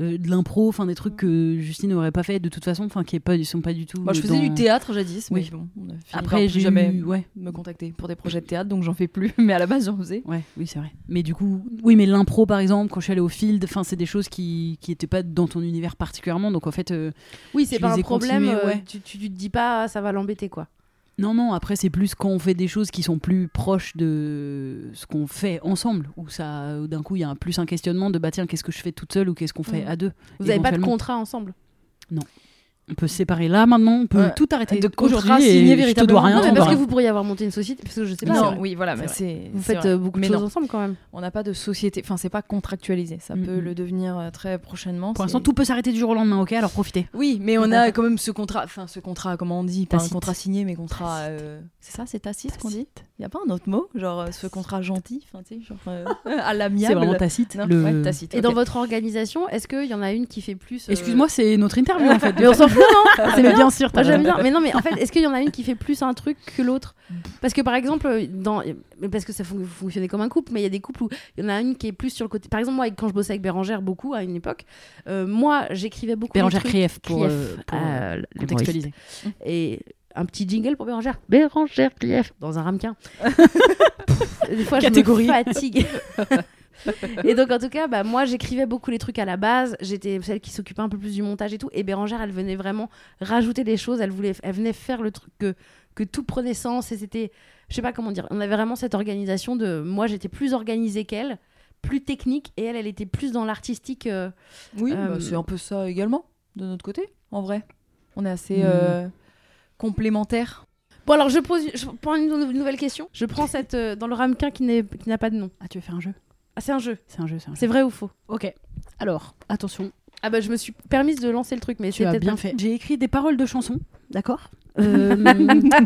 euh, de l'impro, enfin des trucs que Justine n'aurait pas fait de toute façon, enfin qui est pas, ils sont pas du tout. Moi, je faisais dans- du théâtre jadis, mais Oui. bon, on a fini Après, par plus j'ai jamais eu- ouais. me contacter pour des projets de théâtre, donc j'en fais plus. [LAUGHS] Mais à la base, j'en faisais. Ouais, oui, c'est vrai. Mais du coup, oui, mais l'impro, par exemple, quand je suis allée au field, enfin, c'est des choses qui qui étaient pas dans ton univers particulièrement. Donc en fait, euh, Oui, c'est Je pas les un ai problème. continués, euh, ouais. tu, tu, tu te dis pas, ah, ça va l'embêter quoi. non, non. Après, c'est plus quand on fait des choses qui sont plus proches de ce qu'on fait ensemble, où ça, où d'un coup, il y a un, plus un questionnement de bah tiens, qu'est-ce que je fais toute seule ou qu'est-ce qu'on fait Mhm. à deux. Mm. Vous avez pas de Éventuellement. contrat ensemble. On peut se séparer là maintenant, on peut Ouais. tout arrêter. De Aujourd'hui, contrat et signé je te dois véritablement. rien. non, mais on parce doit que rien. vous pourriez avoir monté une société, parce que je sais pas. Non, c'est Non, vrai. oui, voilà, C'est mais vrai. c'est. Vous c'est faites vrai. euh, beaucoup de Mais choses non. ensemble quand même. On n'a pas de société, enfin, c'est pas contractualisé. Ça Mm, peut mm. le devenir euh, très prochainement. Pour c'est- l'instant, tout peut s'arrêter du jour au lendemain, ok Alors profitez. Oui, mais on a quand même ce contrat, enfin ce contrat, comment on dit Pas Tacite. un contrat signé, mais contrat. euh, C'est ça, c'est tacite qu'on dit Il n'y a pas un autre mot Genre euh, ce contrat gentil, enfin tu sais, genre euh, à [LAUGHS] C'est l'amiable. vraiment tacite. Non, le- ouais, tacite. Et dans votre organisation, est-ce qu'il y en a une qui fait plus euh, Excuse-moi, c'est notre interview en [LAUGHS] fait. Mais on s'en [LAUGHS] fout, non C'est bien sûr. Moi t'as j'aime raison. bien. Mais non, mais en fait, est-ce qu'il y en a une qui fait plus un truc [LAUGHS] que l'autre Parce que par exemple, dans... mais parce que ça fon- fonctionnait comme un couple, mais il y a des couples où il y en a une qui est plus sur le côté. Par exemple, moi, quand je bossais avec Bérangère beaucoup à une époque, euh, moi j'écrivais beaucoup. les Bérangère trucs- Krief pour, Krief, Ah, euh, pour, euh, euh, les contextualiser. Et un petit jingle pour Bérangère Bérangère Krief. dans un ramequin. Pff, Des fois, Catégorie. je me fatigue. et donc, en tout cas, bah, moi, j'écrivais beaucoup les trucs à la base. J'étais celle qui s'occupait un peu plus du montage et tout. Et Bérangère, elle venait vraiment rajouter des choses. Elle, voulait, elle venait faire le truc que, que tout prenait sens. Et c'était, je sais pas comment dire, on avait vraiment cette organisation de. Moi, j'étais plus organisée qu'elle, plus technique. Et elle, elle était plus dans l'artistique. euh, Oui, Euh, bah, c'est un peu ça également, de notre côté, en vrai. On est assez Mm. euh, complémentaires. Bon, alors, je pose je prends une nou- nouvelle question. Je prends cette. euh, dans le ramequin qui n'est- qui n'a pas de nom. Ah, tu veux faire un jeu Ah, c'est un jeu. C'est un jeu, c'est un jeu. C'est vrai ou faux Ok. Alors, attention, Ah, bah, je me suis permise de lancer le truc, mais tu c'est as peut-être bien un- fait. J'ai écrit des paroles de chansons, d'accord [LAUGHS] Euh,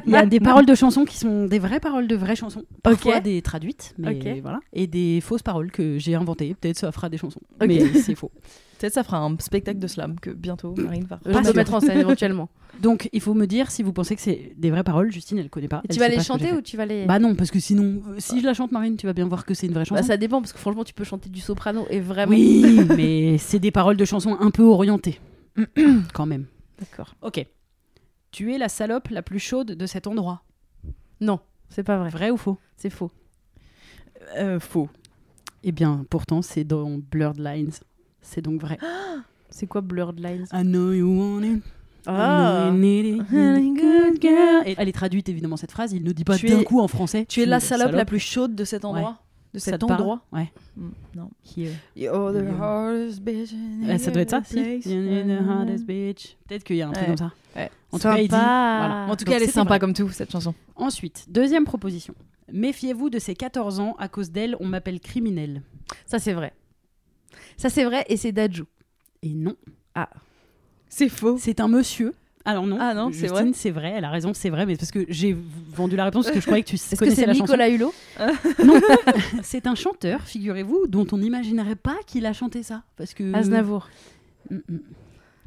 Il y a des paroles de chansons qui sont des vraies paroles de vraies chansons. Parfois des traduites, mais Ok. voilà. Et des fausses paroles que j'ai inventées. Peut-être ça fera des chansons, Ok. mais c'est faux. Peut-être ça fera un spectacle de slam que bientôt Marine va. Je Pas vais sûr. me mettre [LAUGHS] en scène éventuellement. Donc, il faut me dire si vous pensez que c'est des vraies paroles. Justine, elle connaît pas. Et elle tu vas sait les pas ce que j'ai chanter fait. ou tu vas les. Bah non, parce que sinon, euh, si je la chante, Marine, tu vas bien voir que c'est une vraie Bah, chanson. ça dépend parce que franchement tu peux chanter du soprano et vraiment. oui, mais c'est des paroles de chansons un peu [CLEARS THROAT] orientées, quand même. D'accord. Ok. Tu es la salope la plus chaude de cet endroit. Non, c'est pas vrai. Vrai ou faux C'est faux. faux. Eh bien, pourtant, c'est dans Blurred Lines. C'est donc vrai. C'est quoi Blurred Lines [GASPS] I know you want it. I Ah. know you need it. you're the good girl. Et elle est traduite évidemment cette phrase. Il ne dit pas Tu d'un es- coup en français. Tu es la salope, la plus chaude de cet endroit. De Ça cet te parle endroit. Ouais. Mm, non. Qui, euh, You're the Mm. hardest bitch in eh, ça doit être ça. every Si. place. You're the hardest bitch. Peut-être qu'il y a un truc Ouais. comme ça. Ouais. En tout cas, il dit. En tout Donc, cas, elle est c'était sympa vrai. comme tout, cette chanson. Ensuite, deuxième proposition. Méfiez-vous de ces 14 ans. À cause d'elle, on m'appelle criminel. Ça c'est vrai. Ça c'est vrai et c'est Dajou. Et non. C'est faux. C'est un monsieur. Alors non, Ah non, c'est Justine, vrai. c'est vrai, elle a raison, c'est vrai, mais parce que j'ai vendu la réponse parce que je croyais [LAUGHS] que tu Est-ce que connaissais c'est la Nicolas Hulot chanson. Non, [LAUGHS] c'est un chanteur, figurez-vous, dont on n'imaginerait pas qu'il a chanté ça, parce que. Aznavour. Mm, mm.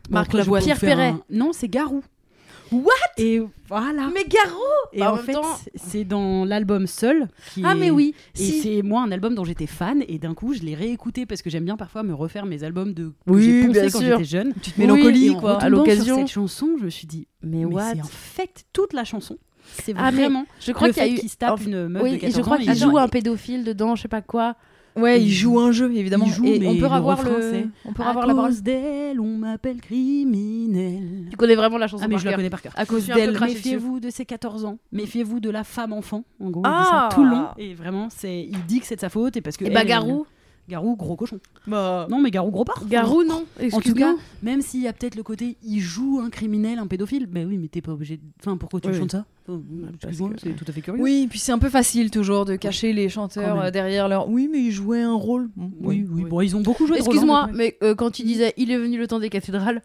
Marc après, je Lavoine. vais vous Pierre faire un- Non, c'est Garou. What Et voilà. Mais Garou Et Bah, en en même fait, temps- c'est dans l'album Seul. qui Ah est- mais oui. Et si. c'est moi un album dont j'étais fan et d'un coup je l'ai réécouté parce que j'aime bien parfois me refaire mes albums de que Oui, j'ai bien poncé quand sûr. j'étais jeune. Petite Oui, mélancolie, Et en quoi. retombant à l'occasion. sur cette chanson, je me suis dit Mais mais what c'est en fait toute la chanson. C'est Ah, mais vraiment Je crois le qu'il y a fait eu. qu'il se tape Enfin, une meuf de Oui, et 14 je crois ans. qu'il il- joue un pédophile dedans, je sais pas quoi. Ouais, il joue un jeu, évidemment. il joue, Et mais on peut le avoir refrain, le. c'est- On peut À Ah, avoir la parole. cause d'elle, on m'appelle criminel. Tu connais vraiment la chanson Ah mais par je la cœur. connais par cœur. À Je cause suis un peu d'elle. craché Méfiez-vous de ses 14 ans. Méfiez-vous de la femme enfant. En gros, il dit Ah. ça tout le long. Et vraiment, c'est, il dit que c'est de sa faute et parce que. Et elle, bah elle- Garou Garou, gros cochon. Bah, Non, mais Garou, gros porc. Garou, non. En tout cas, Excuse-nous. même s'il y a peut-être le côté il joue un criminel, un pédophile, ben oui, mais t'es pas obligé. de- Enfin, pourquoi tu Oui. chantes ça Enfin, Parce Excuse-moi, que- c'est tout à fait curieux. Oui, puis c'est un peu facile toujours de cacher les chanteurs Quand même. euh, derrière leur. Oui, mais ils jouaient un rôle. Bon, Oui, oui, Bon, ils ont beaucoup joué de rôle, Excuse-moi, hein. mais euh, quand tu disais il est venu le temps des cathédrales,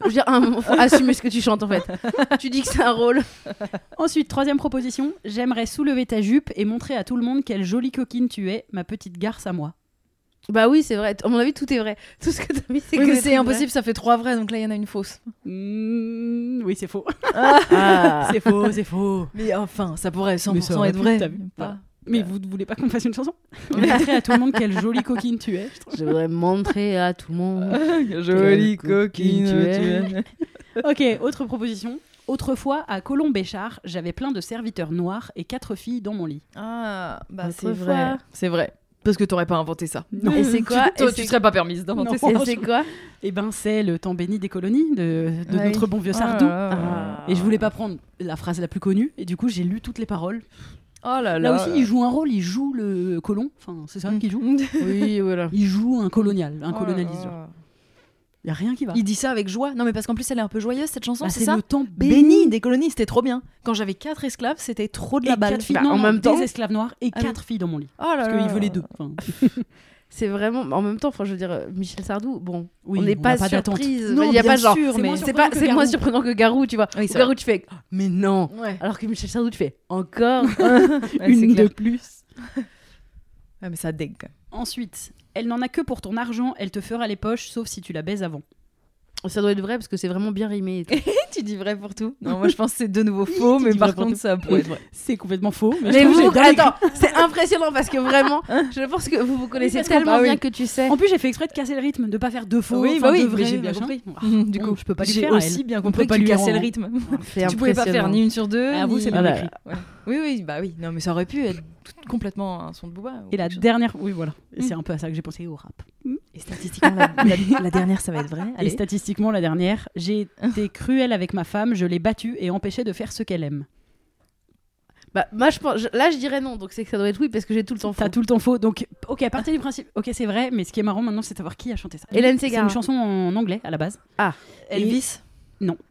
je veux dire, à un moment, faut assumer ce que tu chantes [LAUGHS] en fait. tu dis que c'est un rôle. Ensuite, troisième proposition j'aimerais soulever ta jupe et montrer à tout le monde quelle jolie coquine tu es, ma petite garce à moi. Bah oui, c'est vrai. À mon avis, tout est vrai. Tout ce que t'as mis, c'est Oui, que mais des c'est trucs impossible, ça fait trois vrais, donc là il y en a une fausse. Mm, oui, c'est faux. vrais. Ah. [LAUGHS] c'est faux, c'est faux. Mais enfin, ça pourrait 100% Mais ça aurait être pu, vrai. t'as vu. Pas- Mais vous ne voulez pas qu'on fasse une chanson [LAUGHS] Montrer à tout le monde quelle jolie coquine tu es. je trouve. Je voudrais montrer à tout le monde. [LAUGHS] Ah, Jolie coquine coquine, tu tu es. es. Ok, autre proposition. Autrefois, à Colombéchard, j'avais plein de serviteurs noirs et quatre filles dans mon lit. [LAUGHS] Ah, bah Autrefois. c'est vrai. C'est vrai. Parce que t'aurais pas inventé ça. Non. Et c'est quoi Toi, Et tu c'est- serais pas permise d'inventer ça. Non. Et c'est quoi Eh ben, c'est le temps béni des colonies de, de Ah notre oui. bon vieux Ah, Sardou. ah, ah. Et je voulais pas prendre la phrase la plus connue, et du coup j'ai lu toutes les paroles. Oh là là. Là euh, Hmm. aussi, il joue un rôle, il joue le colon, enfin c'est ça qu'il joue. Oui, voilà. Il joue un colonial, un Oh là colonialiseur. là. Il y a rien qui va. Il dit ça avec joie. Non, mais parce qu'en plus, elle est un peu joyeuse cette chanson, Bah, Bah. c'est ça le temps Béni béni des colonies, c'était trop bien. Quand j'avais quatre esclaves, c'était trop de et la balle. quatre filles Bah, non, en non, même temps- des esclaves noirs et Ah oui. quatre filles dans mon lit. Oh là Parce là. qu'il veut les deux. Enfin, C'est vraiment. En même temps, enfin, je veux dire, euh, Michel Sardou, bon, oui, on n'est a pas, d'attente. surprise. Non, Il y a bien pas genre. sûr, c'est mais- moins C'est surprenant pas- que c'est moins Garou. surprenant que Garou, tu vois. Oui, Ou c'est Garou, tu fais. Ah, Mais non. [LAUGHS] Ouais. Alors que Michel Sardou, tu fais encore. Ouais, c'est Une de clair. [LAUGHS] plus. Ouais, Ah, mais ça dégue quand même. Ensuite, elle n'en a que pour ton argent, elle te fera les poches, sauf si tu la baises avant. [LAUGHS] ça doit être vrai parce que c'est vraiment bien rimé. [LAUGHS] et tout. Tu dis vrai pour tout [LAUGHS] Non, moi je pense que c'est de nouveau faux, Tu mais dis par vrai pour contre tout. ça pourrait être vrai. C'est complètement faux. Mais, je Mais trouve que vous, j'ai dingue. attends, c'est impressionnant parce que vraiment, je pense que vous vous connaissez parce qu'on tellement parle- bien oui. que tu sais. En plus, j'ai fait exprès de casser le rythme, de pas faire deux faux. Oui, enfin, bah oui, deux mais vrais, j'ai bien machin. compris. Ah, Mhm, du bon, coup, je peux pas lui j'ai faire à aussi elle. bien On compris peut pas que tu lui cassais rendre. le rythme. C'est Tu pouvais pas faire impressionnant. ni une sur deux. Ah, vous, ni- c'est bien Voilà. écrit. Oui, oui, bah oui. Non, mais ça aurait pu être tout- complètement un son de Booba. ou Et la quelque chose. dernière, oui, voilà. Et C'est un peu à ça que j'ai pensé au rap. Et statistiquement, la, [LAUGHS] la- la dernière, ça va être vrai. Mm. Et statistiquement, la dernière, j'ai été cruelle avec ma femme, je l'ai battue et empêchée de faire ce qu'elle aime. Bah, moi, je pense, je- là, je dirais non, donc c'est que ça doit être oui parce que j'ai tout le temps faux. T'as tout le temps faux. Donc, ok, à partir du principe, ok, c'est vrai, mais ce qui est marrant maintenant, c'est de savoir qui a chanté ça. Hélène C'est Segarra. une chanson en anglais à la base. Ah. [LAUGHS] Elvis.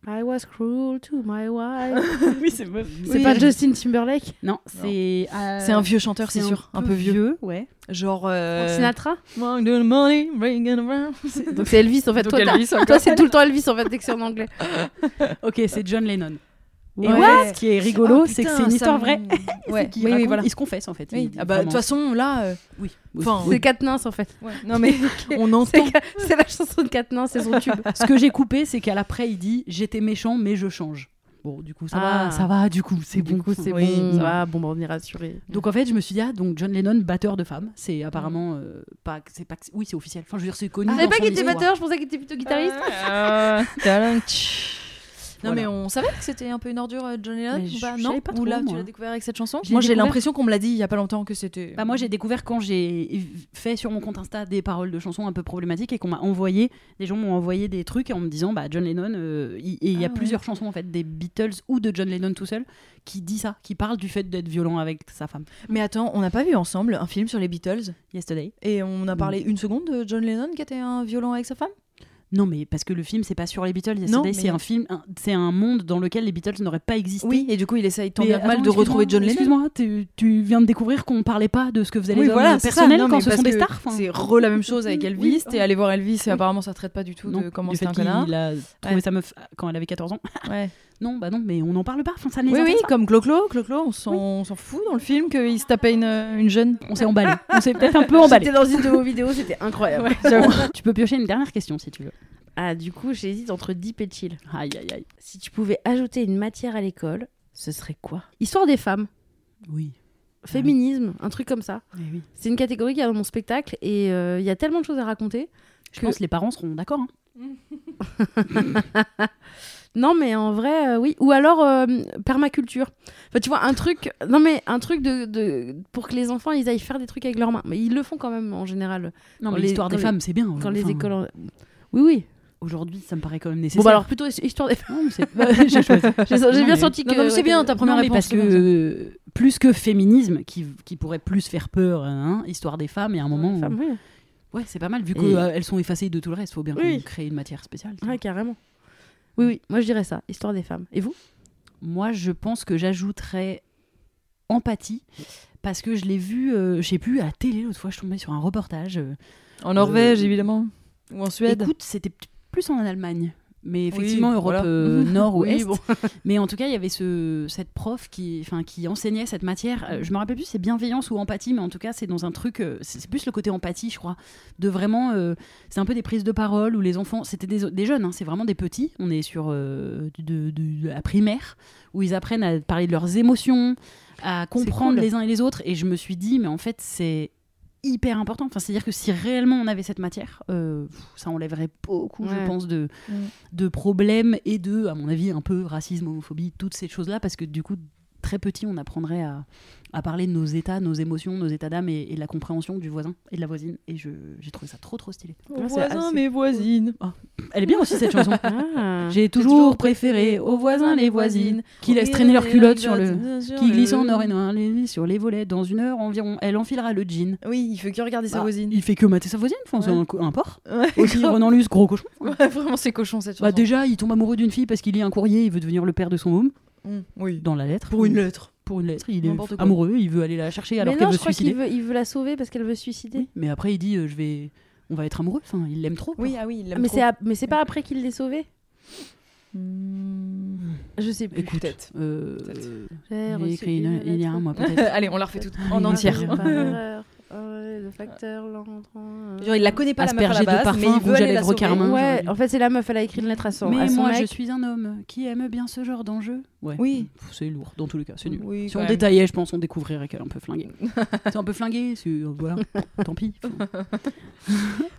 I was cruel to my wife. oui, c'est meuf. [LAUGHS] c'est pas Justin Timberlake Non, c'est. euh, C'est un vieux chanteur, c'est sûr. Un peu vieux. ouais. Genre. euh, Sinatra Walk the money, bring it around. Donc c'est Elvis en fait. Donc toi, t'as- Elvis, encore. toi, c'est tout le temps Elvis en fait dès que c'est en anglais. Ok, c'est John Lennon. Et Ouais. ouais, ce qui est rigolo, Oh, c'est que [LAUGHS] putain, c'est une ça histoire me- vraie. Ouais, Qui oui, oui, raconte- voilà. Ils se confessent en fait. Oui. Ils- Ah bah, vraiment. de toute façon, [LAUGHS] là. euh, Oui. Enfin, C'est Quatre Nains en fait. Non, mais on entend. [LAUGHS] C'est ca- c'est la chanson de Quatre Nains, c'est son tube. Ce que j'ai coupé, c'est qu'à l'après, il dit J'étais méchant, mais je change. Bon, du coup, ça Ah. va, ça va, du coup, c'est Du bon. coup, c'est Oui. bon. Ah, bon, bah, on est rassuré. Donc en fait, je me suis dit, ah, donc John Lennon, batteur de femmes, c'est apparemment euh, pas, c'est pas, oui, c'est officiel. Enfin, je veux dire, c'est connu. Je dans savais Ah, pas son qu'il était histoire. batteur, je pensais qu'il était plutôt guitariste. Euh, talent. Non Voilà. mais on savait que c'était un peu une ordure euh, John Lennon Mais ou je- pas je non savais pas ou trop, là tu moi. l'as découvert avec cette chanson Je l'ai moi j'ai découvert- l'impression qu'on me l'a dit il y a pas longtemps que c'était Bah, moi, j'ai découvert quand j'ai fait sur mon compte Insta des paroles de chansons un peu problématiques et qu'on m'a envoyé, des gens m'ont envoyé des trucs en me disant, bah, John Lennon, euh, il- et il y a Ah, ouais. plusieurs chansons en fait des Beatles ou de John Lennon tout seul qui dit ça, qui parle du fait d'être violent avec sa femme. mais attends on n'a pas vu ensemble un film sur les Beatles Yesterday. et on a parlé une seconde de John Lennon qui était un violent avec sa femme Non, mais parce que le film, c'est pas sur les Beatles. Yesterday, mais- c'est un film, un- c'est un monde dans lequel les Beatles n'auraient pas existé. oui et du coup il essaye tant Mais bien que mal attends, de retrouver excuse-moi, John Lennon Excuse-moi, tu, tu viens de découvrir qu'on parlait pas de ce que faisaient les Oui, hommes voilà, c'est ça. personnels Non, quand mais ce parce sont des que stars. enfin. C'est re [LAUGHS] la même chose avec Elvis. Oui. T'es allé voir Elvis et apparemment ça traite pas du tout Non, de comment du c'était fait qu'il un connard. a trouvé Ouais. sa meuf quand elle avait 14 ans. Ouais. Non, bah non, mais on n'en parle pas. Enfin, ça ne les Oui, oui, intéresse pas. comme Clo-Clo. Clo-Clo, on s'en Oui. on s'en fout dans le film qu'il se tapait une, une jeune. On s'est [LAUGHS] emballé. On s'est peut-être un peu emballé. J'étais dans une de [LAUGHS] vos vidéos, c'était incroyable. [LAUGHS] tu peux piocher une dernière question si tu veux. Ah, du coup, j'hésite entre Deep et Chill. Aïe, aïe, aïe. Si tu pouvais ajouter une matière à l'école, ce serait quoi Ah Histoire des femmes, Oui. féminisme, un truc comme ça. Eh oui. C'est une catégorie qui est dans mon spectacle et euh, il y a tellement de choses à raconter. Je Que- pense que les parents seront d'accord. hein. Non, mais en vrai, euh, oui. Ou alors euh, permaculture. Enfin, tu vois, un truc. Non, mais un truc de, de- pour que les enfants ils aillent faire des trucs avec leurs mains. Mais ils le font quand même en général Non, Quand mais les- l'histoire des quand les- femmes, c'est bien. quand les Enfin, écoles. en- Oui, oui. Aujourd'hui, ça me paraît quand même nécessaire. Bon, bah alors plutôt histoire des femmes. Non, mais c'est- [LAUGHS] J'ai choisi. J'ai j'ai Non, bien mais- senti que. Non, non, mais c'est bien, ta première Non, mais parce réponse. que c'est bien, euh, plus que féminisme, qui, qui pourrait plus faire peur, hein, histoire des femmes, et à un moment, Femme, oui. Ouais, c'est pas mal, vu Et- qu'elles sont effacées de tout le reste. Faut bien Oui. qu'on crée une matière spéciale. tu Ouais, vois. carrément. Oui, oui, moi je dirais ça, histoire des [LAUGHS] femmes. Et vous Moi, je pense que j'ajouterais empathie. Parce que je l'ai vu, euh, je sais plus, à la télé l'autre fois, je tombais sur un reportage. euh, En Norvège, évidemment. Ou en Suède. Écoute, c'était p- plus en Allemagne, mais effectivement Europe voilà. [LAUGHS] euh, Nord ou Oui, Est. bon. Mais en tout cas, il y avait ce, cette prof qui, enfin, qui enseignait cette matière. Euh, je me rappelle plus, si c'est bienveillance ou empathie, mais en tout cas, c'est dans un truc. euh, c'est c'est plus le côté empathie, je crois, de vraiment. euh, c'est un peu des prises de parole où les enfants, c'était des, des jeunes, hein, c'est vraiment des petits. On est sur euh, de, de- de la primaire où ils apprennent à parler de leurs émotions, à comprendre cool. les uns et les autres. Et je me suis dit, mais en fait, c'est hyper important. Enfin, c'est-à-dire que si réellement on avait cette matière, euh, pff, ça enlèverait beaucoup, Ouais. je pense, de, Mm. de problèmes et de, à mon avis, un peu racisme, homophobie, toutes ces choses-là, parce que du coup, très petit, on apprendrait à, à parler de nos états, nos émotions, nos états d'âme et, et de la compréhension du voisin et de la voisine. Et je- j'ai trouvé ça trop, trop stylé. Aux c'est voisins, assez mes voisines. Elle est bien aussi, cette chanson. [LAUGHS] Ah. J'ai toujours préféré aux voisins les voisines qui laissent traîner leurs culottes sur le... Qui glissent en or et noir les- sur les volets. Dans une heure environ, elle enfilera le jean. Oui, il faut que regarder sa Bah, voisine. Il fait que mater sa voisine, enfin, c'est Ouais. un, co- un porc. Ouais, Aussi, grave. Renan Luce, gros cochon. [LAUGHS] Ouais, vraiment, c'est cochon cette Bah, chanson. déjà, il tombe amoureux d'une fille parce qu'il lit un courrier, il veut devenir le père de son homme. Mm, Oui. Dans la lettre. Pour une lettre. Pour une lettre. Il est N'importe quoi. amoureux, il veut aller la chercher alors Mais qu'elle non, veut je se crois suicider. qu'il veut, il veut la sauver parce qu'elle veut se suicider. Oui, Mais après, il dit euh, je vais... On va être amoureux. Enfin, il l'aime trop. Oui, ah oui, il Ah, l'aime mais trop. c'est ap- mais c'est pas après qu'il l'ait sauvée Mm. Je sais plus. Écoute, Peut-être. euh, Peut-être. euh, J'ai il a reçu écrit une, il y a un lettre. [LAUGHS] mois peut-être. [LAUGHS] Allez, on la refait toute Ah, en mais entière. [LAUGHS] [LAUGHS] Ah, par erreur. Ah ouais, le facteur l'entrant, euh. Genre, il la connaît pas la meuf à Aspergé la de base, parfum, mais il veut rouge à aller la lèvres sauver. carmin. j'aurais Ouais, dû. en fait, c'est la meuf, elle a écrit une lettre à son, à Mais son moi, je mec. suis un homme qui aime bien ce genre d'enjeu. Ouais. Oui. Pff, C'est lourd, dans tous les cas, c'est nul. Oui, Si quand on même. détaillait, je pense, on découvrirait qu'elle est un peu flinguée. c'est un peu flinguée, c'est- euh, voilà, tant pis.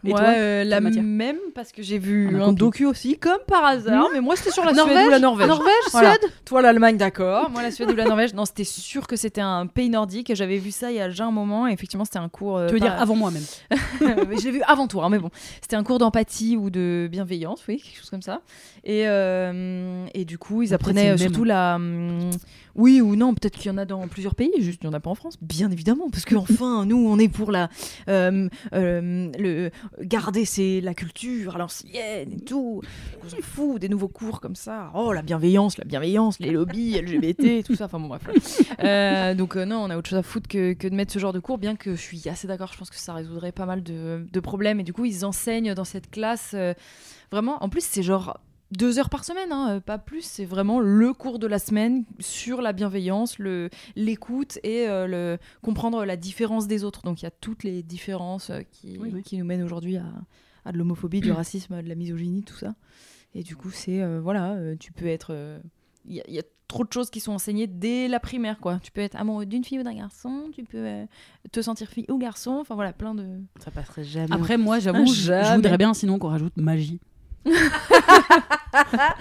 Et moi, toi, euh, la matière même, parce que j'ai Ah, vu ma un copine. docu aussi, comme par hasard, mais moi c'était sur la Suède ou la Norvège. Voilà. Ah, Norvège, Suède Toi, l'Allemagne, d'accord. Moi, la Suède ou la Norvège. Non, c'était sûr que c'était un pays nordique. et J'avais vu ça il y a déjà un moment. Et effectivement, c'était un cours. euh, tu veux dire par- avant moi même. [LAUGHS] Mais je l'ai vu avant toi, hein, mais bon. C'était un cours d'empathie ou de bienveillance, oui, quelque chose comme ça. Et, euh, et du coup, ils Après, apprenaient euh, c'est le surtout la. hum, oui ou non, peut-être qu'il y en a dans plusieurs pays, juste il n'y en a pas en France, bien évidemment, [LAUGHS] parce qu'enfin, nous, on est pour la. euh, euh, le, garder c'est la culture à l'ancienne et tout. On s'en fout des nouveaux cours comme ça. Oh, la bienveillance, la bienveillance, les lobbies, LGBT, tout ça. Enfin bon, bref. voilà. Euh, donc euh, non, on a autre chose à foutre que, que de mettre ce genre de cours, bien que je suis assez d'accord, je pense que ça résoudrait pas mal de, de problèmes. Et du coup, ils enseignent dans cette classe euh, vraiment. En plus, c'est genre deux heures par semaine, hein, euh, pas plus. C'est vraiment le cours de la semaine sur la bienveillance, le l'écoute et euh, le comprendre la différence des autres. Donc il y a toutes les différences euh, qui, Oui, oui. qui nous mènent aujourd'hui à, à de [CLEARS THROAT] l'homophobie, du racisme, à de la misogynie, tout ça. Et du coup, c'est euh, voilà, euh, tu peux être. euh, Il y, a- il y a trop de choses qui sont enseignées dès la primaire, quoi. Tu peux être amoureux d'une fille ou d'un garçon, tu peux euh, te sentir fille ou garçon. Enfin voilà, plein de. Ça passerait jamais. Après, moi, j'avoue, je- je jamais. voudrais bien sinon qu'on rajoute magie. [LAUGHS]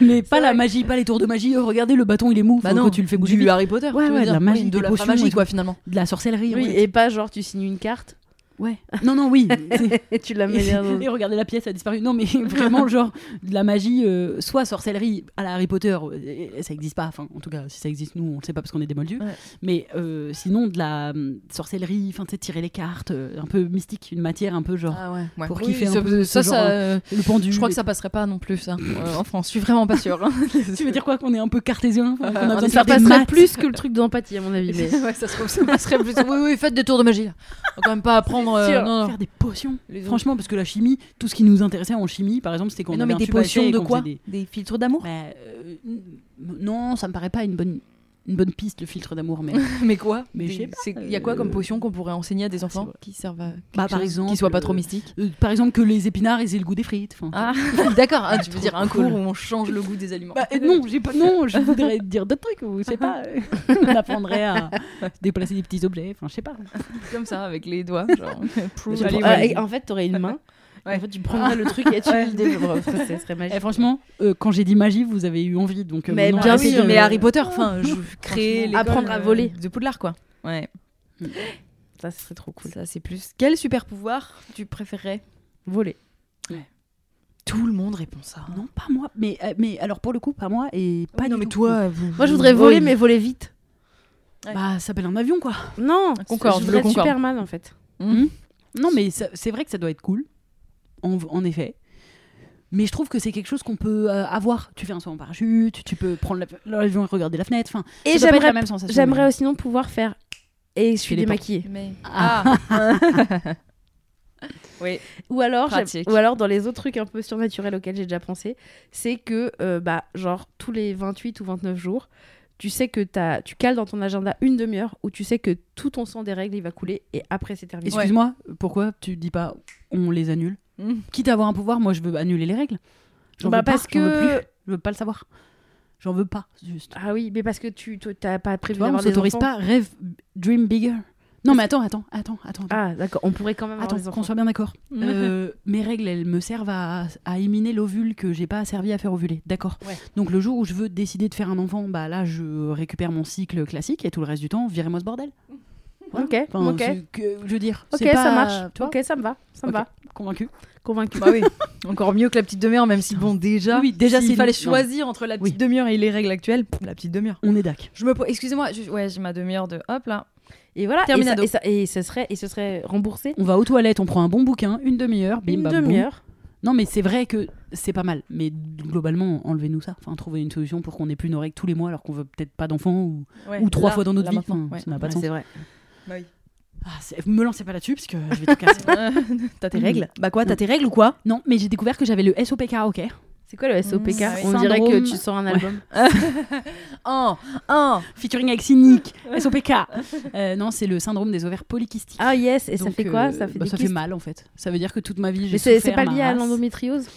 mais pas la magie, pas les tours de magie. Oh, regardez le bâton, il est mou. Enfin, quand tu le fais bouger. du vite. Harry Potter, Ouais, tu veux ouais, de dire. la Oui, magie, de des la potions et magie, tout. quoi, finalement. De la sorcellerie. en Oui, fait. et pas genre tu signes une carte Ouais. Non, non, oui. c'est- et tu la mets [LAUGHS] [LAUGHS] dans Et, et regardez la pièce a disparu. Non, mais vraiment, genre, de la magie, euh, soit sorcellerie à la Harry Potter, euh, et- et ça existe pas. Enfin, en tout cas, si ça existe, nous, on ne sait pas parce qu'on est des moldus. Ouais. Mais euh, sinon, de la hum, sorcellerie, enfin, tu sais, tirer les cartes, euh, un peu mystique, une matière un peu genre Ah ouais, ouais. Pour Oui, kiffer un ça, peu ça, ce genre, ça, euh, le pendu. je crois que ça passerait pas non plus ça euh, en France. Je suis vraiment pas sûre. hein. [LAUGHS] Euh, Tu veux dire quoi qu'on est un peu cartésien enfin, qu'on a besoin de Ça faire des passerait maths. plus que le truc d'empathie, à mon avis. [LAUGHS] Mais... ouais, ça se trouve, [LAUGHS] ça passerait plus. Oui, oui, faites des tours de magie. là. On va quand même pas apprendre. euh, sûr. non, non. Faire des potions. Les autres- Franchement, parce que la chimie, tout ce qui nous intéressait en chimie, par exemple, c'était quand Mais on non, avait mais un des tube à potions thé et de qu'on quoi faisait des- Des filtres d'amour Bah, euh, n- non, ça me paraît pas une bonne, une bonne piste, le filtre d'amour, [LAUGHS] mais. [LAUGHS] Mais quoi Mais Des- je sais pas, c'est- Il y a quoi comme euh, potion qu'on pourrait enseigner à des enfants vrai. qui servent à. Bah, quelque par chose exemple, Qui soit pas trop euh, mystique. Euh, par exemple que les épinards ils aient le goût des frites. enfin. Ah, [LAUGHS] d'accord. hein, tu veux Trop dire un cool. cours où on change le goût des aliments. [LAUGHS] Bah, euh, non, j'ai pas, non, je voudrais dire d'autres trucs, ou je sais pas. [LAUGHS] euh, On apprendrait à déplacer des petits objets, enfin je sais pas. Comme ça, avec les [LAUGHS] doigts. Genre, euh, prove Tu allez, prends- vas-y. ah, et en fait, t'aurais une [LAUGHS] main. Ouais. En fait, tu prendrais le truc et tu le développerais. Ça, ça serait magique. Eh, franchement, euh, quand j'ai dit magie, vous avez eu envie, donc. euh, Mais maintenant, Bien Ah arrêtez sûr, de- mais Harry Potter, enfin, [LAUGHS] je créer euh, Franchement. Apprendre à voler. de Poudlard, quoi. Ouais. Ça, ce serait trop cool. Ça, c'est plus. Quel super pouvoir tu préférerais Voler. Tout le monde répond ça. Ah, Non, pas moi. Mais euh, mais alors pour le coup, pas moi et pas. du tout. Moi, je voudrais voler, mais voler vite. Bah, ça s'appelle un avion quoi. Non, Concorde, je le voudrais être Concorde. Superman en fait. Non, mais ça- c'est vrai que ça doit être cool, en, en effet. Mais je trouve que c'est quelque chose qu'on peut euh, avoir. Tu fais un saut en parachute, tu peux prendre la- l'avion et regarder la fenêtre. Enfin, Et ça doit pas être la j'aimerais même sensation. j'aimerais sinon pouvoir faire. Et je suis Téléport- démaquillée. Mais... [LAUGHS] Ah. oui. Ou alors, j'aime- Pratique. ou alors dans les autres trucs un peu surnaturels auxquels j'ai déjà pensé, c'est que euh, bah genre tous les 28 ou 29 jours, tu sais que t'as, tu cales dans ton agenda une demi-heure où tu sais que tout ton sang des règles il va couler et après c'est terminé. Excuse-moi, pourquoi tu dis pas on les annule Mm. Quitte à avoir un pouvoir, moi je veux annuler les règles. J'en Bah, veux pas, parce j'en veux que- plus, je veux pas le savoir. J'en veux pas, juste. [LAUGHS] Ah oui, mais parce que tu toi, t'as pas Tu prévu vois, on d'avoir des s'autorise enfants. pas, rêve, dream bigger. Non, mais attends, attends, attends, attends. attends. Ah d'accord, on pourrait quand même avoir des Attends, enfants. qu'on soit bien [LAUGHS] d'accord. Euh, mes règles, elles me servent à, à éminer l'ovule que j'ai pas servi à faire ovuler. D'accord. Ouais. Donc le jour où je veux décider de faire un enfant, bah là, je récupère mon cycle classique et tout le reste du temps, virez-moi ce bordel. Ok, Enfin, ok, c'est que- je veux dire. ok, c'est pas- ça marche. Tu vois Ok, ça me va, ça me Ok. va. Convaincu. Convaincu. Bah oui. Encore mieux que la petite demi-heure, même si bon déjà. Oui, déjà, s'il c'est- fallait non. choisir entre la petite Oui. demi-heure et les règles actuelles, pff, la petite demi-heure. On est dac. Je me, po- excusez-moi, je- ouais, j'ai ma demi-heure de hop là. Et voilà. Et ça, Terminado. et, ça- et ce serait et ce serait remboursé On va aux toilettes, on prend un bon bouquin, une demi-heure, bim, une bam, boum. demi-heure. Non, mais c'est vrai que c'est pas mal. Mais globalement, enlevez-nous ça. Enfin, trouver une solution pour qu'on ait plus nos règles tous les mois alors qu'on veut peut-être pas d'enfants ou, Ouais, ou trois là, fois dans notre là, vie. maintenant, Enfin, ouais. Ça n'a pas de Ouais, sens. c'est vrai. Bah oui. Ah, c'est- me lancez pas là-dessus parce que je vais tout [LAUGHS] casser. t'as tes Mm. règles Bah quoi, t'as tes règles ou quoi Non, mais j'ai découvert que j'avais le SOP karaoké. C'est quoi le SOPK Ah oui. On dirait que Syndrome- tu sors un album. Un, un. Featuring avec Cynic, SOPK. Euh, non, c'est le syndrome des ovaires polykystiques. Ah yes, et ça Donc, fait quoi euh, Ça fait bah, des Ça fait kystes mal en fait. Ça veut dire que toute ma vie, j'ai Mais c'est c'est souffert pas ma lié à race. l'endométriose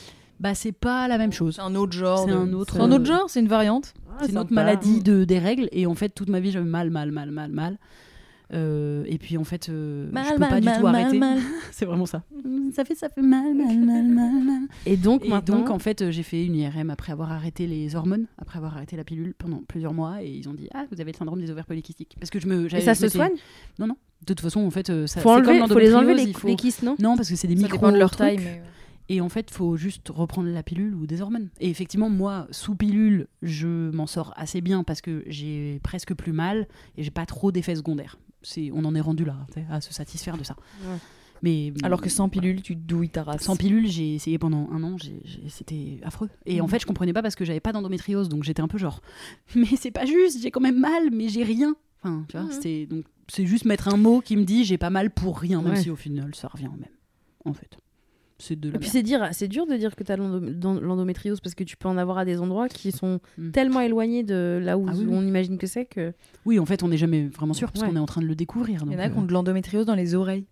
Bah, c'est pas la même chose. C'est un autre genre. C'est de- un autre- Oh, bah, euh, C'est un autre genre, c'est une variante. c'est notre maladie de, des règles. Et en fait, toute ma vie, j'avais mal, mal, mal, mal, mal. Euh, et puis en fait, euh, je peux pas du tout arrêter. [LAUGHS] C'est vraiment ça. Ça fait, ça fait mal, mal, mal, mal, mal. Et donc Et maintenant, donc en fait euh, j'ai fait une IRM après avoir arrêté les hormones, après avoir arrêté la pilule pendant plusieurs mois et ils ont dit ah vous avez le syndrome des ovaires polykystiques parce que je me et j'avais- ça je se m'étais- soigne de toute façon en fait euh, ça Faut c'est enlever, comme faut les enlever l'endométriose, les, il faut- les kisses, non non parce que c'est des Ça micro dépend de leur taille. trucs. mais, euh, et en fait faut juste reprendre la pilule ou des hormones et effectivement moi sous pilule je m'en sors assez bien parce que j'ai presque plus mal et j'ai pas trop d'effets secondaires c'est on en est rendu là t'sais, à se satisfaire de ça Ouais. mais Alors que sans pilule, tu douilles ta race. sans pilule, j'ai essayé pendant un an, j'ai- j'ai- c'était affreux. Et Mm. en fait, je comprenais pas parce que j'avais pas d'endométriose, donc j'étais un peu genre, [LAUGHS] mais c'est pas juste, j'ai quand même mal, mais j'ai rien. Enfin, tu vois, Mm. Mhm. c'était- donc c'est juste mettre un mot qui me dit j'ai pas mal pour rien, même Ouais. si au final ça revient au même. En fait, c'est de Et la puis merde. c'est dire, c'est dur de dire que t'as l'endom- dans- l'endométriose parce que tu peux en avoir à des endroits qui sont Mm. tellement éloignés de là où Ah oui, on imagine que c'est que. Oui, en fait, on n'est jamais vraiment sûr parce Ouais. qu'on est en train de le découvrir. Il y donc, en a qui euh, ont de l'endométriose dans les oreilles.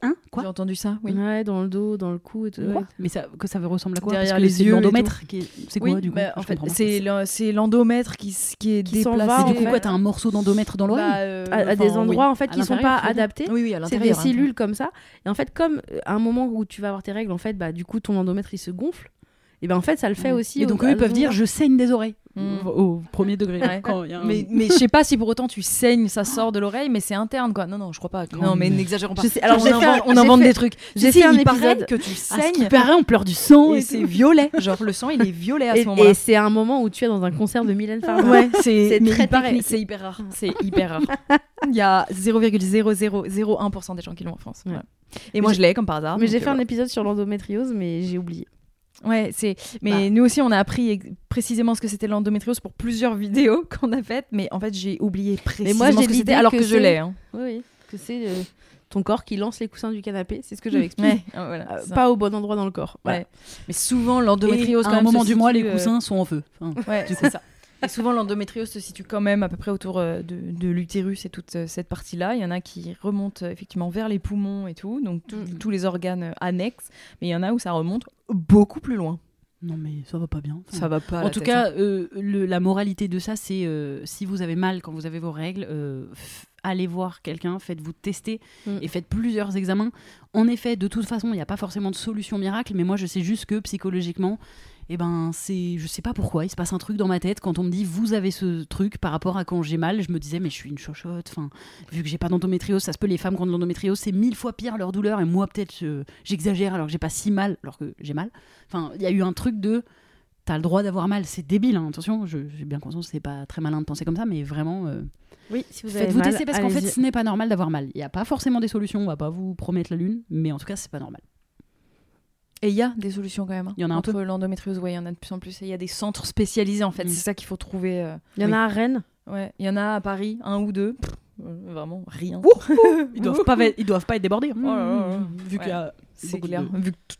hein J'ai quoi entendu ça, oui. Ouais, dans le dos, dans le cou et tout. Quoi ouais. Mais ça, que ça ressemble à quoi Derrière Parce que les c'est yeux et l'endomètre qui est- C'est quoi Oui, du coup bah, Je en fait, comprends pas. c'est l'en- c'est l'endomètre qui, s- qui est Qui s'en déplacé. va, en Et du fait. coup, quoi, t'as un morceau d'endomètre dans l'oreille Ah, Bah, euh, À, à des enfin, oui. endroits en fait À qui sont pas l'intérieur, je veux dire. adaptés. Oui, oui, à C'est l'intérieur. des hein. cellules comme ça. Et en fait, comme euh, à un moment où tu vas avoir tes règles, en fait, bah du coup ton endomètre il se gonfle. Et ben en fait, ça le fait Ouais. aussi. Et au- donc à eux ils peuvent l'endroit. dire je saigne des oreilles Mm. au au premier degré. Ouais. Quand il y a un- Mais, mais je sais pas si pour autant tu saignes, ça sort de l'oreille, mais c'est interne quoi. Non, non, je crois pas. Non, mais mais- n'exagérons pas. Je sais- alors, on j'ai fait un- invente, on j'ai invente fait- des trucs. j'ai Si, fait un il paraît épisode- que tu à Ah, ce saignes qui paraît on pleure du sang et et c'est tout. [LAUGHS] violet. Genre le sang il est violet à Et, ce moment-là. et c'est un moment où tu es dans un concert de Mylène Farmer. [LAUGHS] Ouais, c'est C'est mais très il paraît- technique. C'est hyper rare. C'est hyper rare. [LAUGHS] Il y a 0,0001% des gens qui l'ont en France. Ouais. voilà. Et moi j'ai- je l'ai comme par hasard. Mais j'ai donc, fait euh, un épisode sur l'endométriose, mais j'ai oublié. Ouais, c'est. Mais Bah. nous aussi, on a appris ex- précisément ce que c'était l'endométriose pour plusieurs vidéos [LAUGHS] qu'on a faites. Mais en fait, j'ai oublié précisément moi, j'ai ce que l'idée c'était alors que que, je c'est- l'ai. [LAUGHS] hein. Oui, oui. Que c'est euh, ton corps qui lance les coussins du canapé, c'est ce que j'avais expliqué. Ouais, euh, voilà, Euh, ça. pas au bon endroit dans le corps. Voilà. Ouais. Mais souvent, Et l'endométriose, à quand un même, moment se du mois situe, les euh, coussins sont en feu. [LAUGHS] Enfin, Ouais, Du c'est ça. Et souvent, l'endométriose se situe quand même à peu près autour euh, de, de l'utérus et toute euh, cette partie-là. Il y en a qui remontent euh, effectivement vers les poumons et tout, donc tous- Mm. tous les organes euh, annexes. Mais il y en a où ça remonte beaucoup plus loin. non mais ça va pas bien. Enfin, Ça va pas. à en la tout tête, hein. cas, euh, le- la moralité de ça, c'est euh, si vous avez mal quand vous avez vos règles, euh, f- allez voir quelqu'un, faites-vous tester Mm. et faites plusieurs examens. En effet, de toute façon, il n'y a pas forcément de solution miracle, mais moi, je sais juste que psychologiquement, eh ben, c'est, je sais pas pourquoi, il se passe un truc dans ma tête quand on me dit vous avez ce truc par rapport à quand j'ai mal, je me disais mais je suis une chochotte. Enfin, vu que j'ai pas d'endométriose, ça se peut les femmes qui ont de l'endométriose, c'est mille fois pire leur douleur et moi peut-être euh, j'exagère alors que j'ai pas si mal, alors que j'ai mal. Enfin, il y a eu un truc de T'as le droit d'avoir mal, c'est débile, hein, attention, je- j'ai bien conscience que c'est pas très malin de penser comme ça, mais vraiment, euh, Oui, si vous avez faites-vous mal, tester parce qu'en fait, allez-y. ce n'est pas normal d'avoir mal. Il n'y a pas forcément des solutions, on va pas vous promettre la lune, mais en tout cas, c'est pas normal. Et il y a des solutions quand même. hein, hein. Il y en a un entre l'endométriose, ouais, il y en a de plus en plus. Et il y a des centres spécialisés en fait. Mm. C'est ça qu'il faut trouver. euh, Il y en Oui. a à Rennes. Ouais, il y en a à Paris, un ou deux. Pff, euh, vraiment rien. [LAUGHS] Ils doivent pas, ils doivent pas être débordés, hein. Oh là là là. vu qu'il y a c'est beaucoup de- clair. Vu que tout-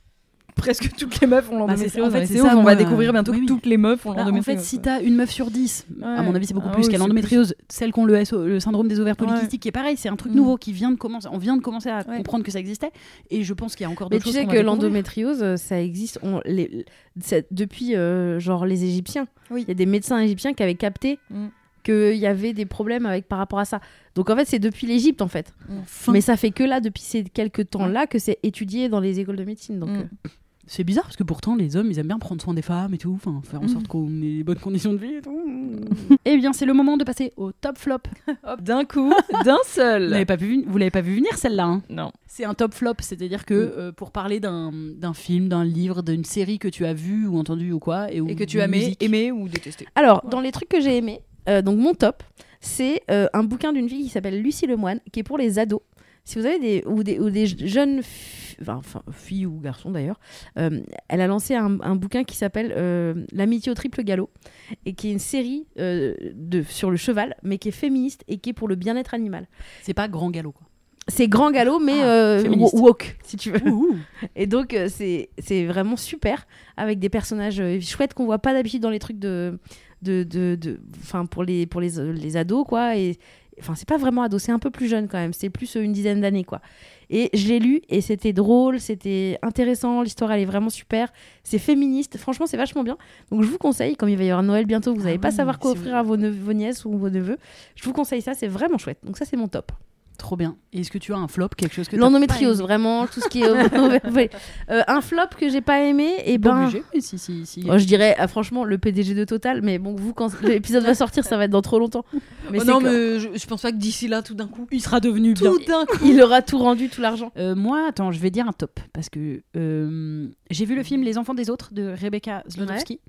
presque toutes les meufs ont Bah, c'est- l'endométriose, en en fait, fait, c'est c'est ça, on moi, va découvrir bientôt oui, que oui. toutes les meufs ont Bah, en fait, l'endométriose. si t'as une meuf sur 10, à Ouais. mon avis, c'est beaucoup Ah plus oui, qu'à c'est l'endométriose, celles qui ont le, SO, le syndrome des ovaires Ouais. polykystiques, qui est pareil, c'est un truc Mmh. Mm. nouveau qui vient de commencer. On vient de commencer à Ouais. comprendre que ça existait, et je pense qu'il y a encore Mais d'autres tu choses. sais qu'on que va découvrir. l'endométriose, euh, ça existe on, les, c'est- depuis euh, genre les Égyptiens. Oui. Il y a des médecins égyptiens qui avaient capté Mm. qu'il y avait des problèmes avec par rapport à ça. Donc en fait, c'est depuis l'Égypte en fait. Enfin, Mais ça fait que là, depuis ces quelques temps-là, que c'est étudié dans les écoles de médecine. Donc, Mm. euh, c'est bizarre parce que pourtant les hommes ils aiment bien prendre soin des femmes et tout, enfin faire en sorte qu'on ait des bonnes conditions de vie et tout. Mm. [LAUGHS] Eh bien, c'est le moment de passer au top flop. Hop, d'un coup, [LAUGHS] d'un Vous seul. l'avez pas vu, vous l'avez pas vu venir celle-là. hein. Non. C'est un top flop, c'est-à-dire que euh, pour parler d'un d'un film, d'un livre, d'une série que tu as vu ou entendu ou quoi, et, ou Et que tu d'une as aimé, musique. aimé ou détesté. Alors, dans les trucs que j'ai aimés, euh, donc mon top, c'est euh, un bouquin d'une fille qui s'appelle Lucie Lemoine, qui est pour les ados. Si vous avez des ou des, ou des jeunes fi- enfin, enfin, filles ou garçons d'ailleurs, euh, elle a lancé un, un bouquin qui s'appelle euh, L'amitié au triple galop et qui est une série euh, de sur le cheval, mais qui est féministe et qui est pour le bien-être animal. C'est pas grand galop quoi. C'est grand galop, mais Ah, euh, féministe. woke si tu veux. Ouh. Et donc, euh, c'est c'est vraiment super avec des personnages euh, chouettes qu'on voit pas d'habitude dans les trucs de. de, de, de- enfin, pour, les, pour les, euh, les ados, quoi. Et. Enfin, c'est pas vraiment ado, c'est un peu plus jeune quand même, c'est plus euh, une dizaine d'années quoi. Et je l'ai lu et c'était drôle, c'était intéressant, l'histoire elle est vraiment super, c'est féministe, franchement c'est vachement bien. Donc je vous conseille, comme il va y avoir Noël bientôt, vous Ah n'allez pas oui, savoir quoi c'est offrir à vos, neu- vos nièces ou vos neveux, je vous conseille ça, c'est vraiment chouette. Donc ça c'est mon top. [LAUGHS] Trop bien. Et Est-ce que tu as un flop, quelque chose que t'as pas L'endométriose, aimé vraiment, tout ce qui est. Ouais. Euh, un flop que j'ai pas aimé, et Pas ben. obligé, mais si, si, si. moi, je dirais, ah, franchement, le PDG de Total, mais bon, vous, quand l'épisode va sortir, ça va être dans trop longtemps. Mais Oh c'est non, que- mais je, je pense pas que d'ici là, tout d'un coup. Il sera devenu Tout d'un coup. il aura tout rendu, tout l'argent. Euh, moi, attends, je vais dire un top parce que euh, j'ai vu le film Les Enfants des autres de Rebecca Zlotowski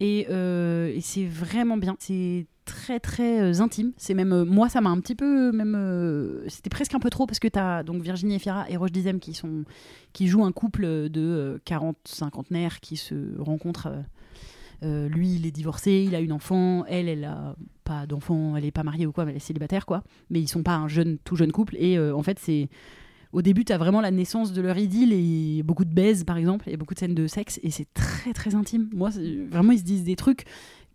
et, euh, et c'est vraiment bien. C'est très très euh, intime. C'est même euh, moi, ça m'a un petit peu même. euh, C'était presque un peu trop parce que t'as donc Virginie Efira et Roche Dizem qui sont qui jouent un couple de 40 cinquantenaires qui se rencontrent. euh, euh, lui, il est divorcé, il a une enfant. Elle, elle a pas d'enfant, elle est pas mariée ou quoi, mais elle est célibataire quoi. Mais ils sont pas un jeune, tout jeune couple. Et euh, en fait, c'est au début, tu as vraiment la naissance de leur idylle et beaucoup de baises, par exemple, et beaucoup de scènes de sexe, et c'est très très intime. Moi, c'est- vraiment, ils se disent des trucs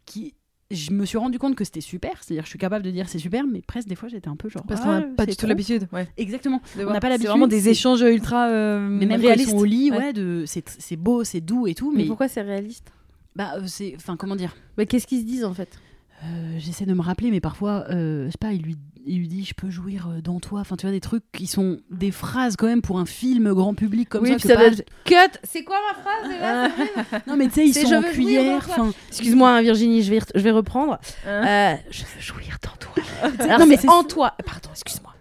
qui. Je me suis rendu compte que c'était super, c'est-à-dire que je suis capable de dire c'est super, mais presque des fois j'étais un peu genre. Parce qu'on ah, n'a pas c'est du tout trop. l'habitude. Ouais. Exactement. On de voir. n'a pas C'est l'habitude. vraiment des c'est- échanges ultra euh, Mais même quand ils réalistes. sont au lit, ouais, Ouais. de... c'est c'est beau, c'est doux et tout, Mais, mais. pourquoi c'est réaliste bah, euh, c'est. Enfin, comment dire Mais qu'est-ce qu'ils se disent en fait Euh, J'essaie de me rappeler, mais parfois, euh, je sais pas, il lui, il lui dit je peux jouir euh, dans toi, enfin, tu vois, des trucs qui sont des phrases quand même pour un film grand public comme Oui, ça. puis que ça pas- doit Cut C'est quoi ma phrase déjà Non, mais tu [LAUGHS] sais, ils C'est sont je en veux jouir dans cuillère, toi. enfin. Excuse-moi, hein, Virginie, je vais, re- je vais reprendre. Hein Euh, je veux jouir dans toi. Alors, mais c'est c'est- en toi. Pardon, excuse-moi.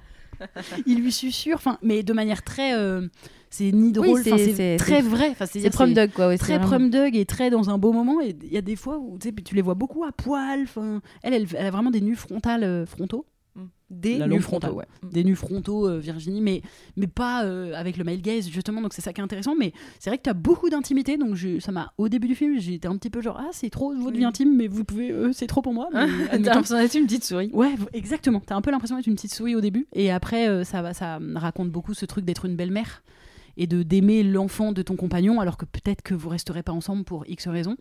il lui susurre, enfin, mais de manière très, euh, c'est ni drôle, c'est- enfin, c'est- c'est très vrai, enfin, C'est c'est-à-dire prom c'est dog quoi. ouais, c'est très prom vraiment- dog et très dans un beau moment. Et il y a des fois où tu sais, puis tu les vois beaucoup à poil. Enfin, elle, elle, elle a vraiment des nus frontales, euh, frontaux, Des La nus langue frontaux, frontale. ouais. des nus frontaux, euh, Virginie, mais mais pas euh, avec le male gaze justement. Donc c'est ça qui est intéressant. Mais c'est vrai que tu as beaucoup d'intimité. Donc je- ça m'a au début du film, j'étais un petit peu genre ah c'est trop votre vie Oui. Ah, intime, mais vous pouvez, euh, c'est trop pour moi. mais T'as admettons. l'impression d'être une petite souris. Ouais, v- exactement. T'as un peu l'impression d'être une petite souris au début, et après, euh, ça, va- ça raconte beaucoup ce truc d'être une belle-mère et de d'aimer l'enfant de ton compagnon, alors que peut-être que vous resterez pas ensemble pour X raisons.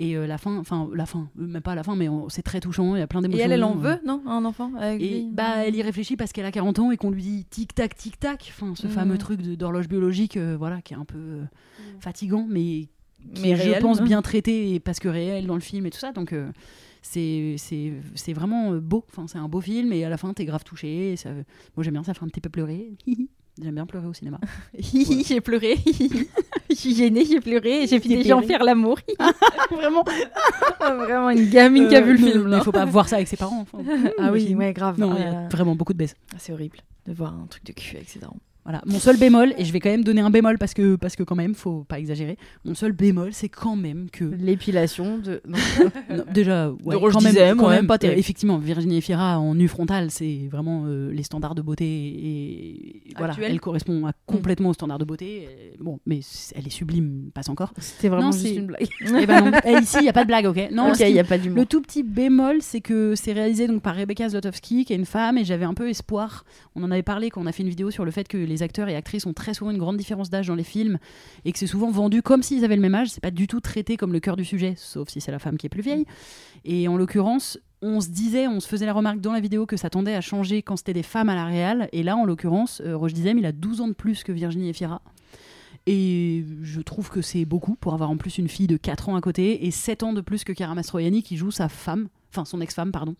Et euh, la fin, enfin la fin, euh, même pas la fin, mais on- c'est très touchant. Il y a plein Et d'émotions. elle, elle en euh, veut, non Un enfant avec Et lui bah, elle y réfléchit parce qu'elle a 40 ans et qu'on lui dit tic tac tic tac, enfin ce Mhm. fameux truc de- d'horloge biologique, euh, voilà, qui est un peu euh, fatigant, mais qui Mm. Mais est, réel, je pense, hein. bien traité et parce que réel dans le film et tout ça. Donc, euh, c'est c'est c'est vraiment euh, beau. Enfin, c'est un beau film et à la fin, t'es grave touché. et ça- Moi, j'aime bien, ça fait un petit peu pleurer. [LAUGHS] J'aime bien pleurer au [LAUGHS] cinéma. Hi, [LAUGHS] hi, j'ai pleuré. Je suis gênée, j'ai pleuré, j'ai fini en faire [LAUGHS] l'amour. Vraiment. Vraiment une gamine qui a vu le Euh, film. [LAUGHS] Mais là. faut pas voir ça avec ses [LAUGHS] parents. enfin. Ah le oui, film. ouais, grave. Non, Ah il y là a là. vraiment beaucoup de baisses. Ah, C'est horrible de voir un truc de cul avec ses darons. Voilà, mon seul bémol, et je vais quand même donner un bémol parce que, parce que quand même, faut pas exagérer. Mon seul bémol, c'est quand même que Euh, L'épilation de. [LAUGHS] non. Non, déjà, ouais, Euh, Roche quand même, Dizem, quand ouais. même pas terrible. Ouais. Effectivement, Virginie Efira en nu frontal, c'est vraiment euh, les standards de beauté et, et voilà, Actuel. Mm. elle correspond à, complètement aux standards de beauté. Et bon, mais c- elle est sublime, passe [LAUGHS] encore. C'était vraiment Non, juste c'est- une [LAUGHS] blague. Eh ben non. Eh, ici, il n'y a pas de blague, ok Non, ok, ce qui- il n'y a pas du le tout petit bémol, c'est que c'est réalisé donc par Rebecca Zlotowski, qui est une femme, et j'avais un peu espoir. On en avait parlé quand on a fait une vidéo sur le fait que les acteurs et actrices ont très souvent une grande différence d'âge dans les films, et que c'est souvent vendu comme s'ils avaient le même âge. C'est pas du tout traité comme le cœur du sujet, sauf si c'est la femme qui est plus vieille. Et en l'occurrence, on se disait, on se faisait la remarque dans la vidéo que ça tendait à changer quand c'était des femmes à la réal. Et là, en l'occurrence, euh, Roche Dizem, il a 12 ans de plus que Virginie Efira. Et je trouve que c'est beaucoup pour avoir en plus une fille de 4 ans à côté et 7 ans de plus que Cara Mastroianni qui joue sa femme, enfin son ex-femme, pardon.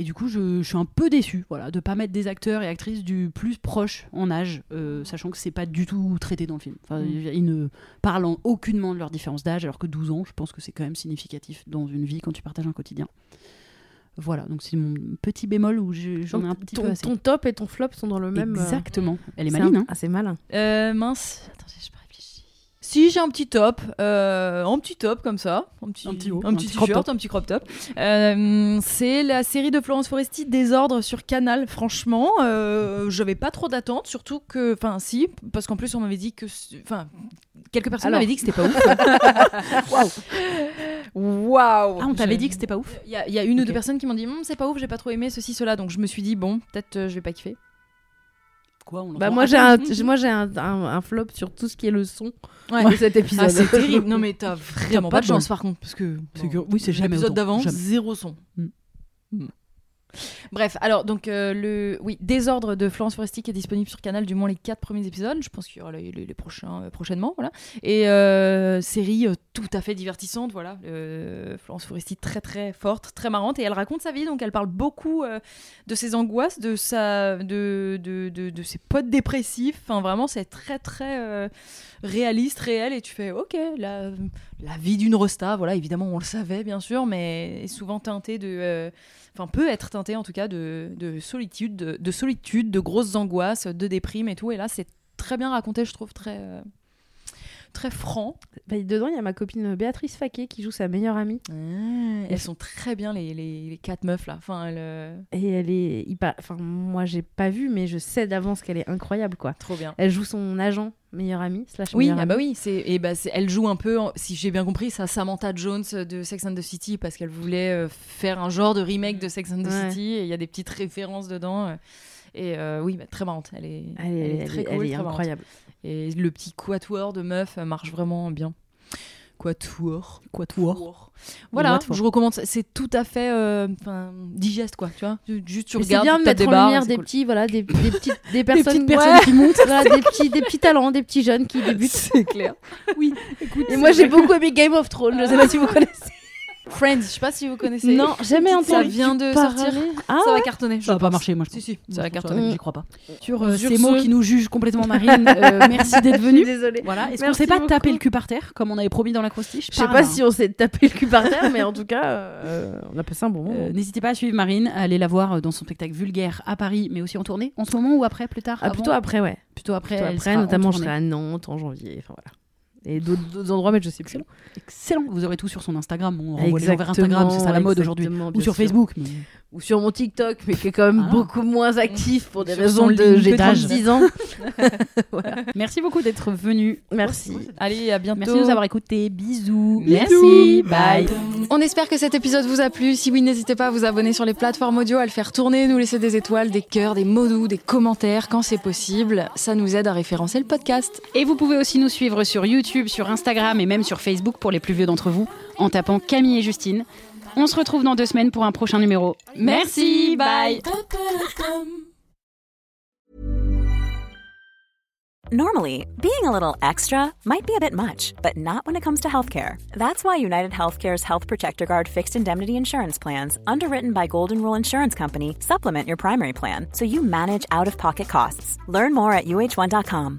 Et du coup, je, je suis un peu déçue voilà, de pas mettre des acteurs et actrices du plus proche en âge, euh, sachant que c'est pas du tout traité dans le film. Enfin, Mm. Ils ne parlent en aucunement de leur différence d'âge, alors que 12 ans, je pense que c'est quand même significatif dans une vie quand tu partages un quotidien. Voilà, donc c'est mon petit bémol où je- j'en ai un petit peu ton, assez. ton top et ton flop sont dans le même. euh, Exactement. Elle est c'est maline, un- hein Ah, c'est malin. Euh, mince. Attends, j'ai pas réfléchi. Si, j'ai un petit top. euh, un petit top comme ça. Un petit, Un petit haut, un petit, un petit crop t-shirt, un petit crop top. Euh, c'est la série de Florence Foresti, Désordre sur Canal. Franchement, euh, j'avais pas trop d'attentes, surtout que. Enfin, si, parce qu'en plus, on m'avait dit que. c- Enfin, quelques personnes Alors. m'avaient dit que c'était pas ouf. [LAUGHS] Waouh! Ah, on t'avait dit que c'était pas ouf Il y, a- il y a une ou deux Ok. personnes qui m'ont dit Hum, c'est pas ouf, j'ai pas trop aimé ceci, cela. Donc je me suis dit, bon, peut-être euh, je vais pas kiffer. Quoi on Bah, l'entend moi, [LAUGHS] j'ai Ah, un, j'ai- moi, j'ai un, un- un flop sur tout ce qui est le son Ouais. de cet épisode. [LAUGHS] Ah, c'est terrible. Non, mais t'as vraiment pas pas, de de chance par contre, parce que C'est que- oui, c'est jamais l'épisode autant. d'avant, Jamais. zéro son. Mm. Mm. Bref, alors donc euh, le oui désordre de Florence Foresti qui est disponible sur Canal du moins les quatre premiers épisodes. Je pense qu'il y aura les, les- les prochains euh, prochainement, voilà. Et euh, série euh, tout à fait divertissante, voilà. Euh, Florence Foresti très très forte, très marrante et elle raconte sa vie donc elle parle beaucoup euh, de ses angoisses, de sa de de, de, de ses potes dépressifs. Enfin vraiment c'est très très euh, réaliste, réel et tu fais ok là la vie d'une rosta, voilà, évidemment, on le savait, bien sûr, mais est souvent teintée de. euh, Enfin, peut être teintée, en tout cas, de, de solitude, de, de solitude, de grosses angoisses, de déprime et tout. Et là, c'est très bien raconté, je trouve, très. euh, Très franc. Bah, dedans, il y a ma copine Béatrice Faquet qui joue sa meilleure amie. Elles sont très bien, les, les, les quatre meufs, là. Enfin, elles, euh, Et elle est. hyper- Enfin, moi, j'ai pas vu, mais je sais d'avance qu'elle est incroyable, quoi. Trop bien. Elle joue son agent, meilleur ami, slash Oui, meilleur ah ami. bah oui, c'est et bah c'est- elle joue un peu, en- si j'ai bien compris, ça Samantha Jones de Sex and the City parce qu'elle voulait euh, faire un genre de remake de Sex and the Ouais. City et il y a des petites références dedans euh, et euh, oui, bah, très marrante, elle est, Elle est, elle très est- cool, elle est très marrante. incroyable. Et le petit quatuor de meuf euh, marche vraiment bien. Quatuor. Quoi toi Voilà, What for. je recommande. ça. C'est tout à fait euh, enfin, digeste quoi, tu vois. Tu- Juste tu Mais C'est regardes, bien tu tapes de des mettre en barres, lumière c'est des cool. petits, [LAUGHS] voilà, des, des petites, des personnes, personnes Ouais, qui montent. voilà, des petits, des petits talents, des petits jeunes qui débutent. C'est [LAUGHS] clair. Et moi, j'ai beaucoup aimé Game of Thrones. Je sais pas si vous connaissez. Friends, je sais pas si vous connaissez. Non, jamais entendu. ça vient de sortir. Ah, ça va cartonner. Ça je va pas pense. marcher, moi je Si pense. si, Moi, ça va je pense que cartonner. J'y crois pas. Sur euh, Euh, Ces mots [LAUGHS] qui nous jugent complètement marine, euh, merci d'être je suis venu. désolée. Voilà, est-ce qu'on Merci s'est pas beaucoup. tapé le cul par terre comme on avait promis dans la crostiche Je sais pas si on s'est tapé le cul par terre, mais en tout cas, euh, on a passé un bon moment. N'hésitez pas à suivre Marine, à aller la voir euh, dans son spectacle vulgaire à Paris, mais aussi en tournée en ce moment ou après, plus tard Ah, avant plutôt après, ouais. Plutôt après, Plutôt elle après, sera en notamment, je tournée. serai à Nantes en janvier. Enfin, voilà. Et d'autres d'autres endroits, mais je sais plus. Excellent, vous aurez tout sur son Instagram. On renvoie les gens vers Exactement, Instagram, c'est ça la mode aujourd'hui. exactement, Ou bien sur sûr. Facebook. [LAUGHS] mais- Ou sur mon TikTok, mais qui est quand même Ah. beaucoup moins actif pour des Sur raisons son de. J'ai LinkedIn. 36 ans. Merci beaucoup d'être venu. Merci. Allez, à bientôt. Merci de nous avoir écoutés. Bisous. Merci, Bye. On espère que cet épisode vous a plu. Si oui, n'hésitez pas à vous abonner sur les plateformes audio, à le faire tourner, nous laisser des étoiles, des cœurs, des mots doux, des commentaires quand c'est possible. Ça nous aide à référencer le podcast. Et vous pouvez aussi nous suivre sur YouTube, sur Instagram et même sur Facebook pour les plus vieux d'entre vous en tapant Camille et Justine. On se retrouve dans deux semaines pour un prochain numéro. Merci, bye Normally, being a little extra might be a bit much, but not when it comes to healthcare. That's why United Healthcare's Health Protector Guard fixed indemnity insurance plans, underwritten by Golden Rule Insurance Company, supplement your primary plan so you manage out of pocket costs. Learn more at uh1.com.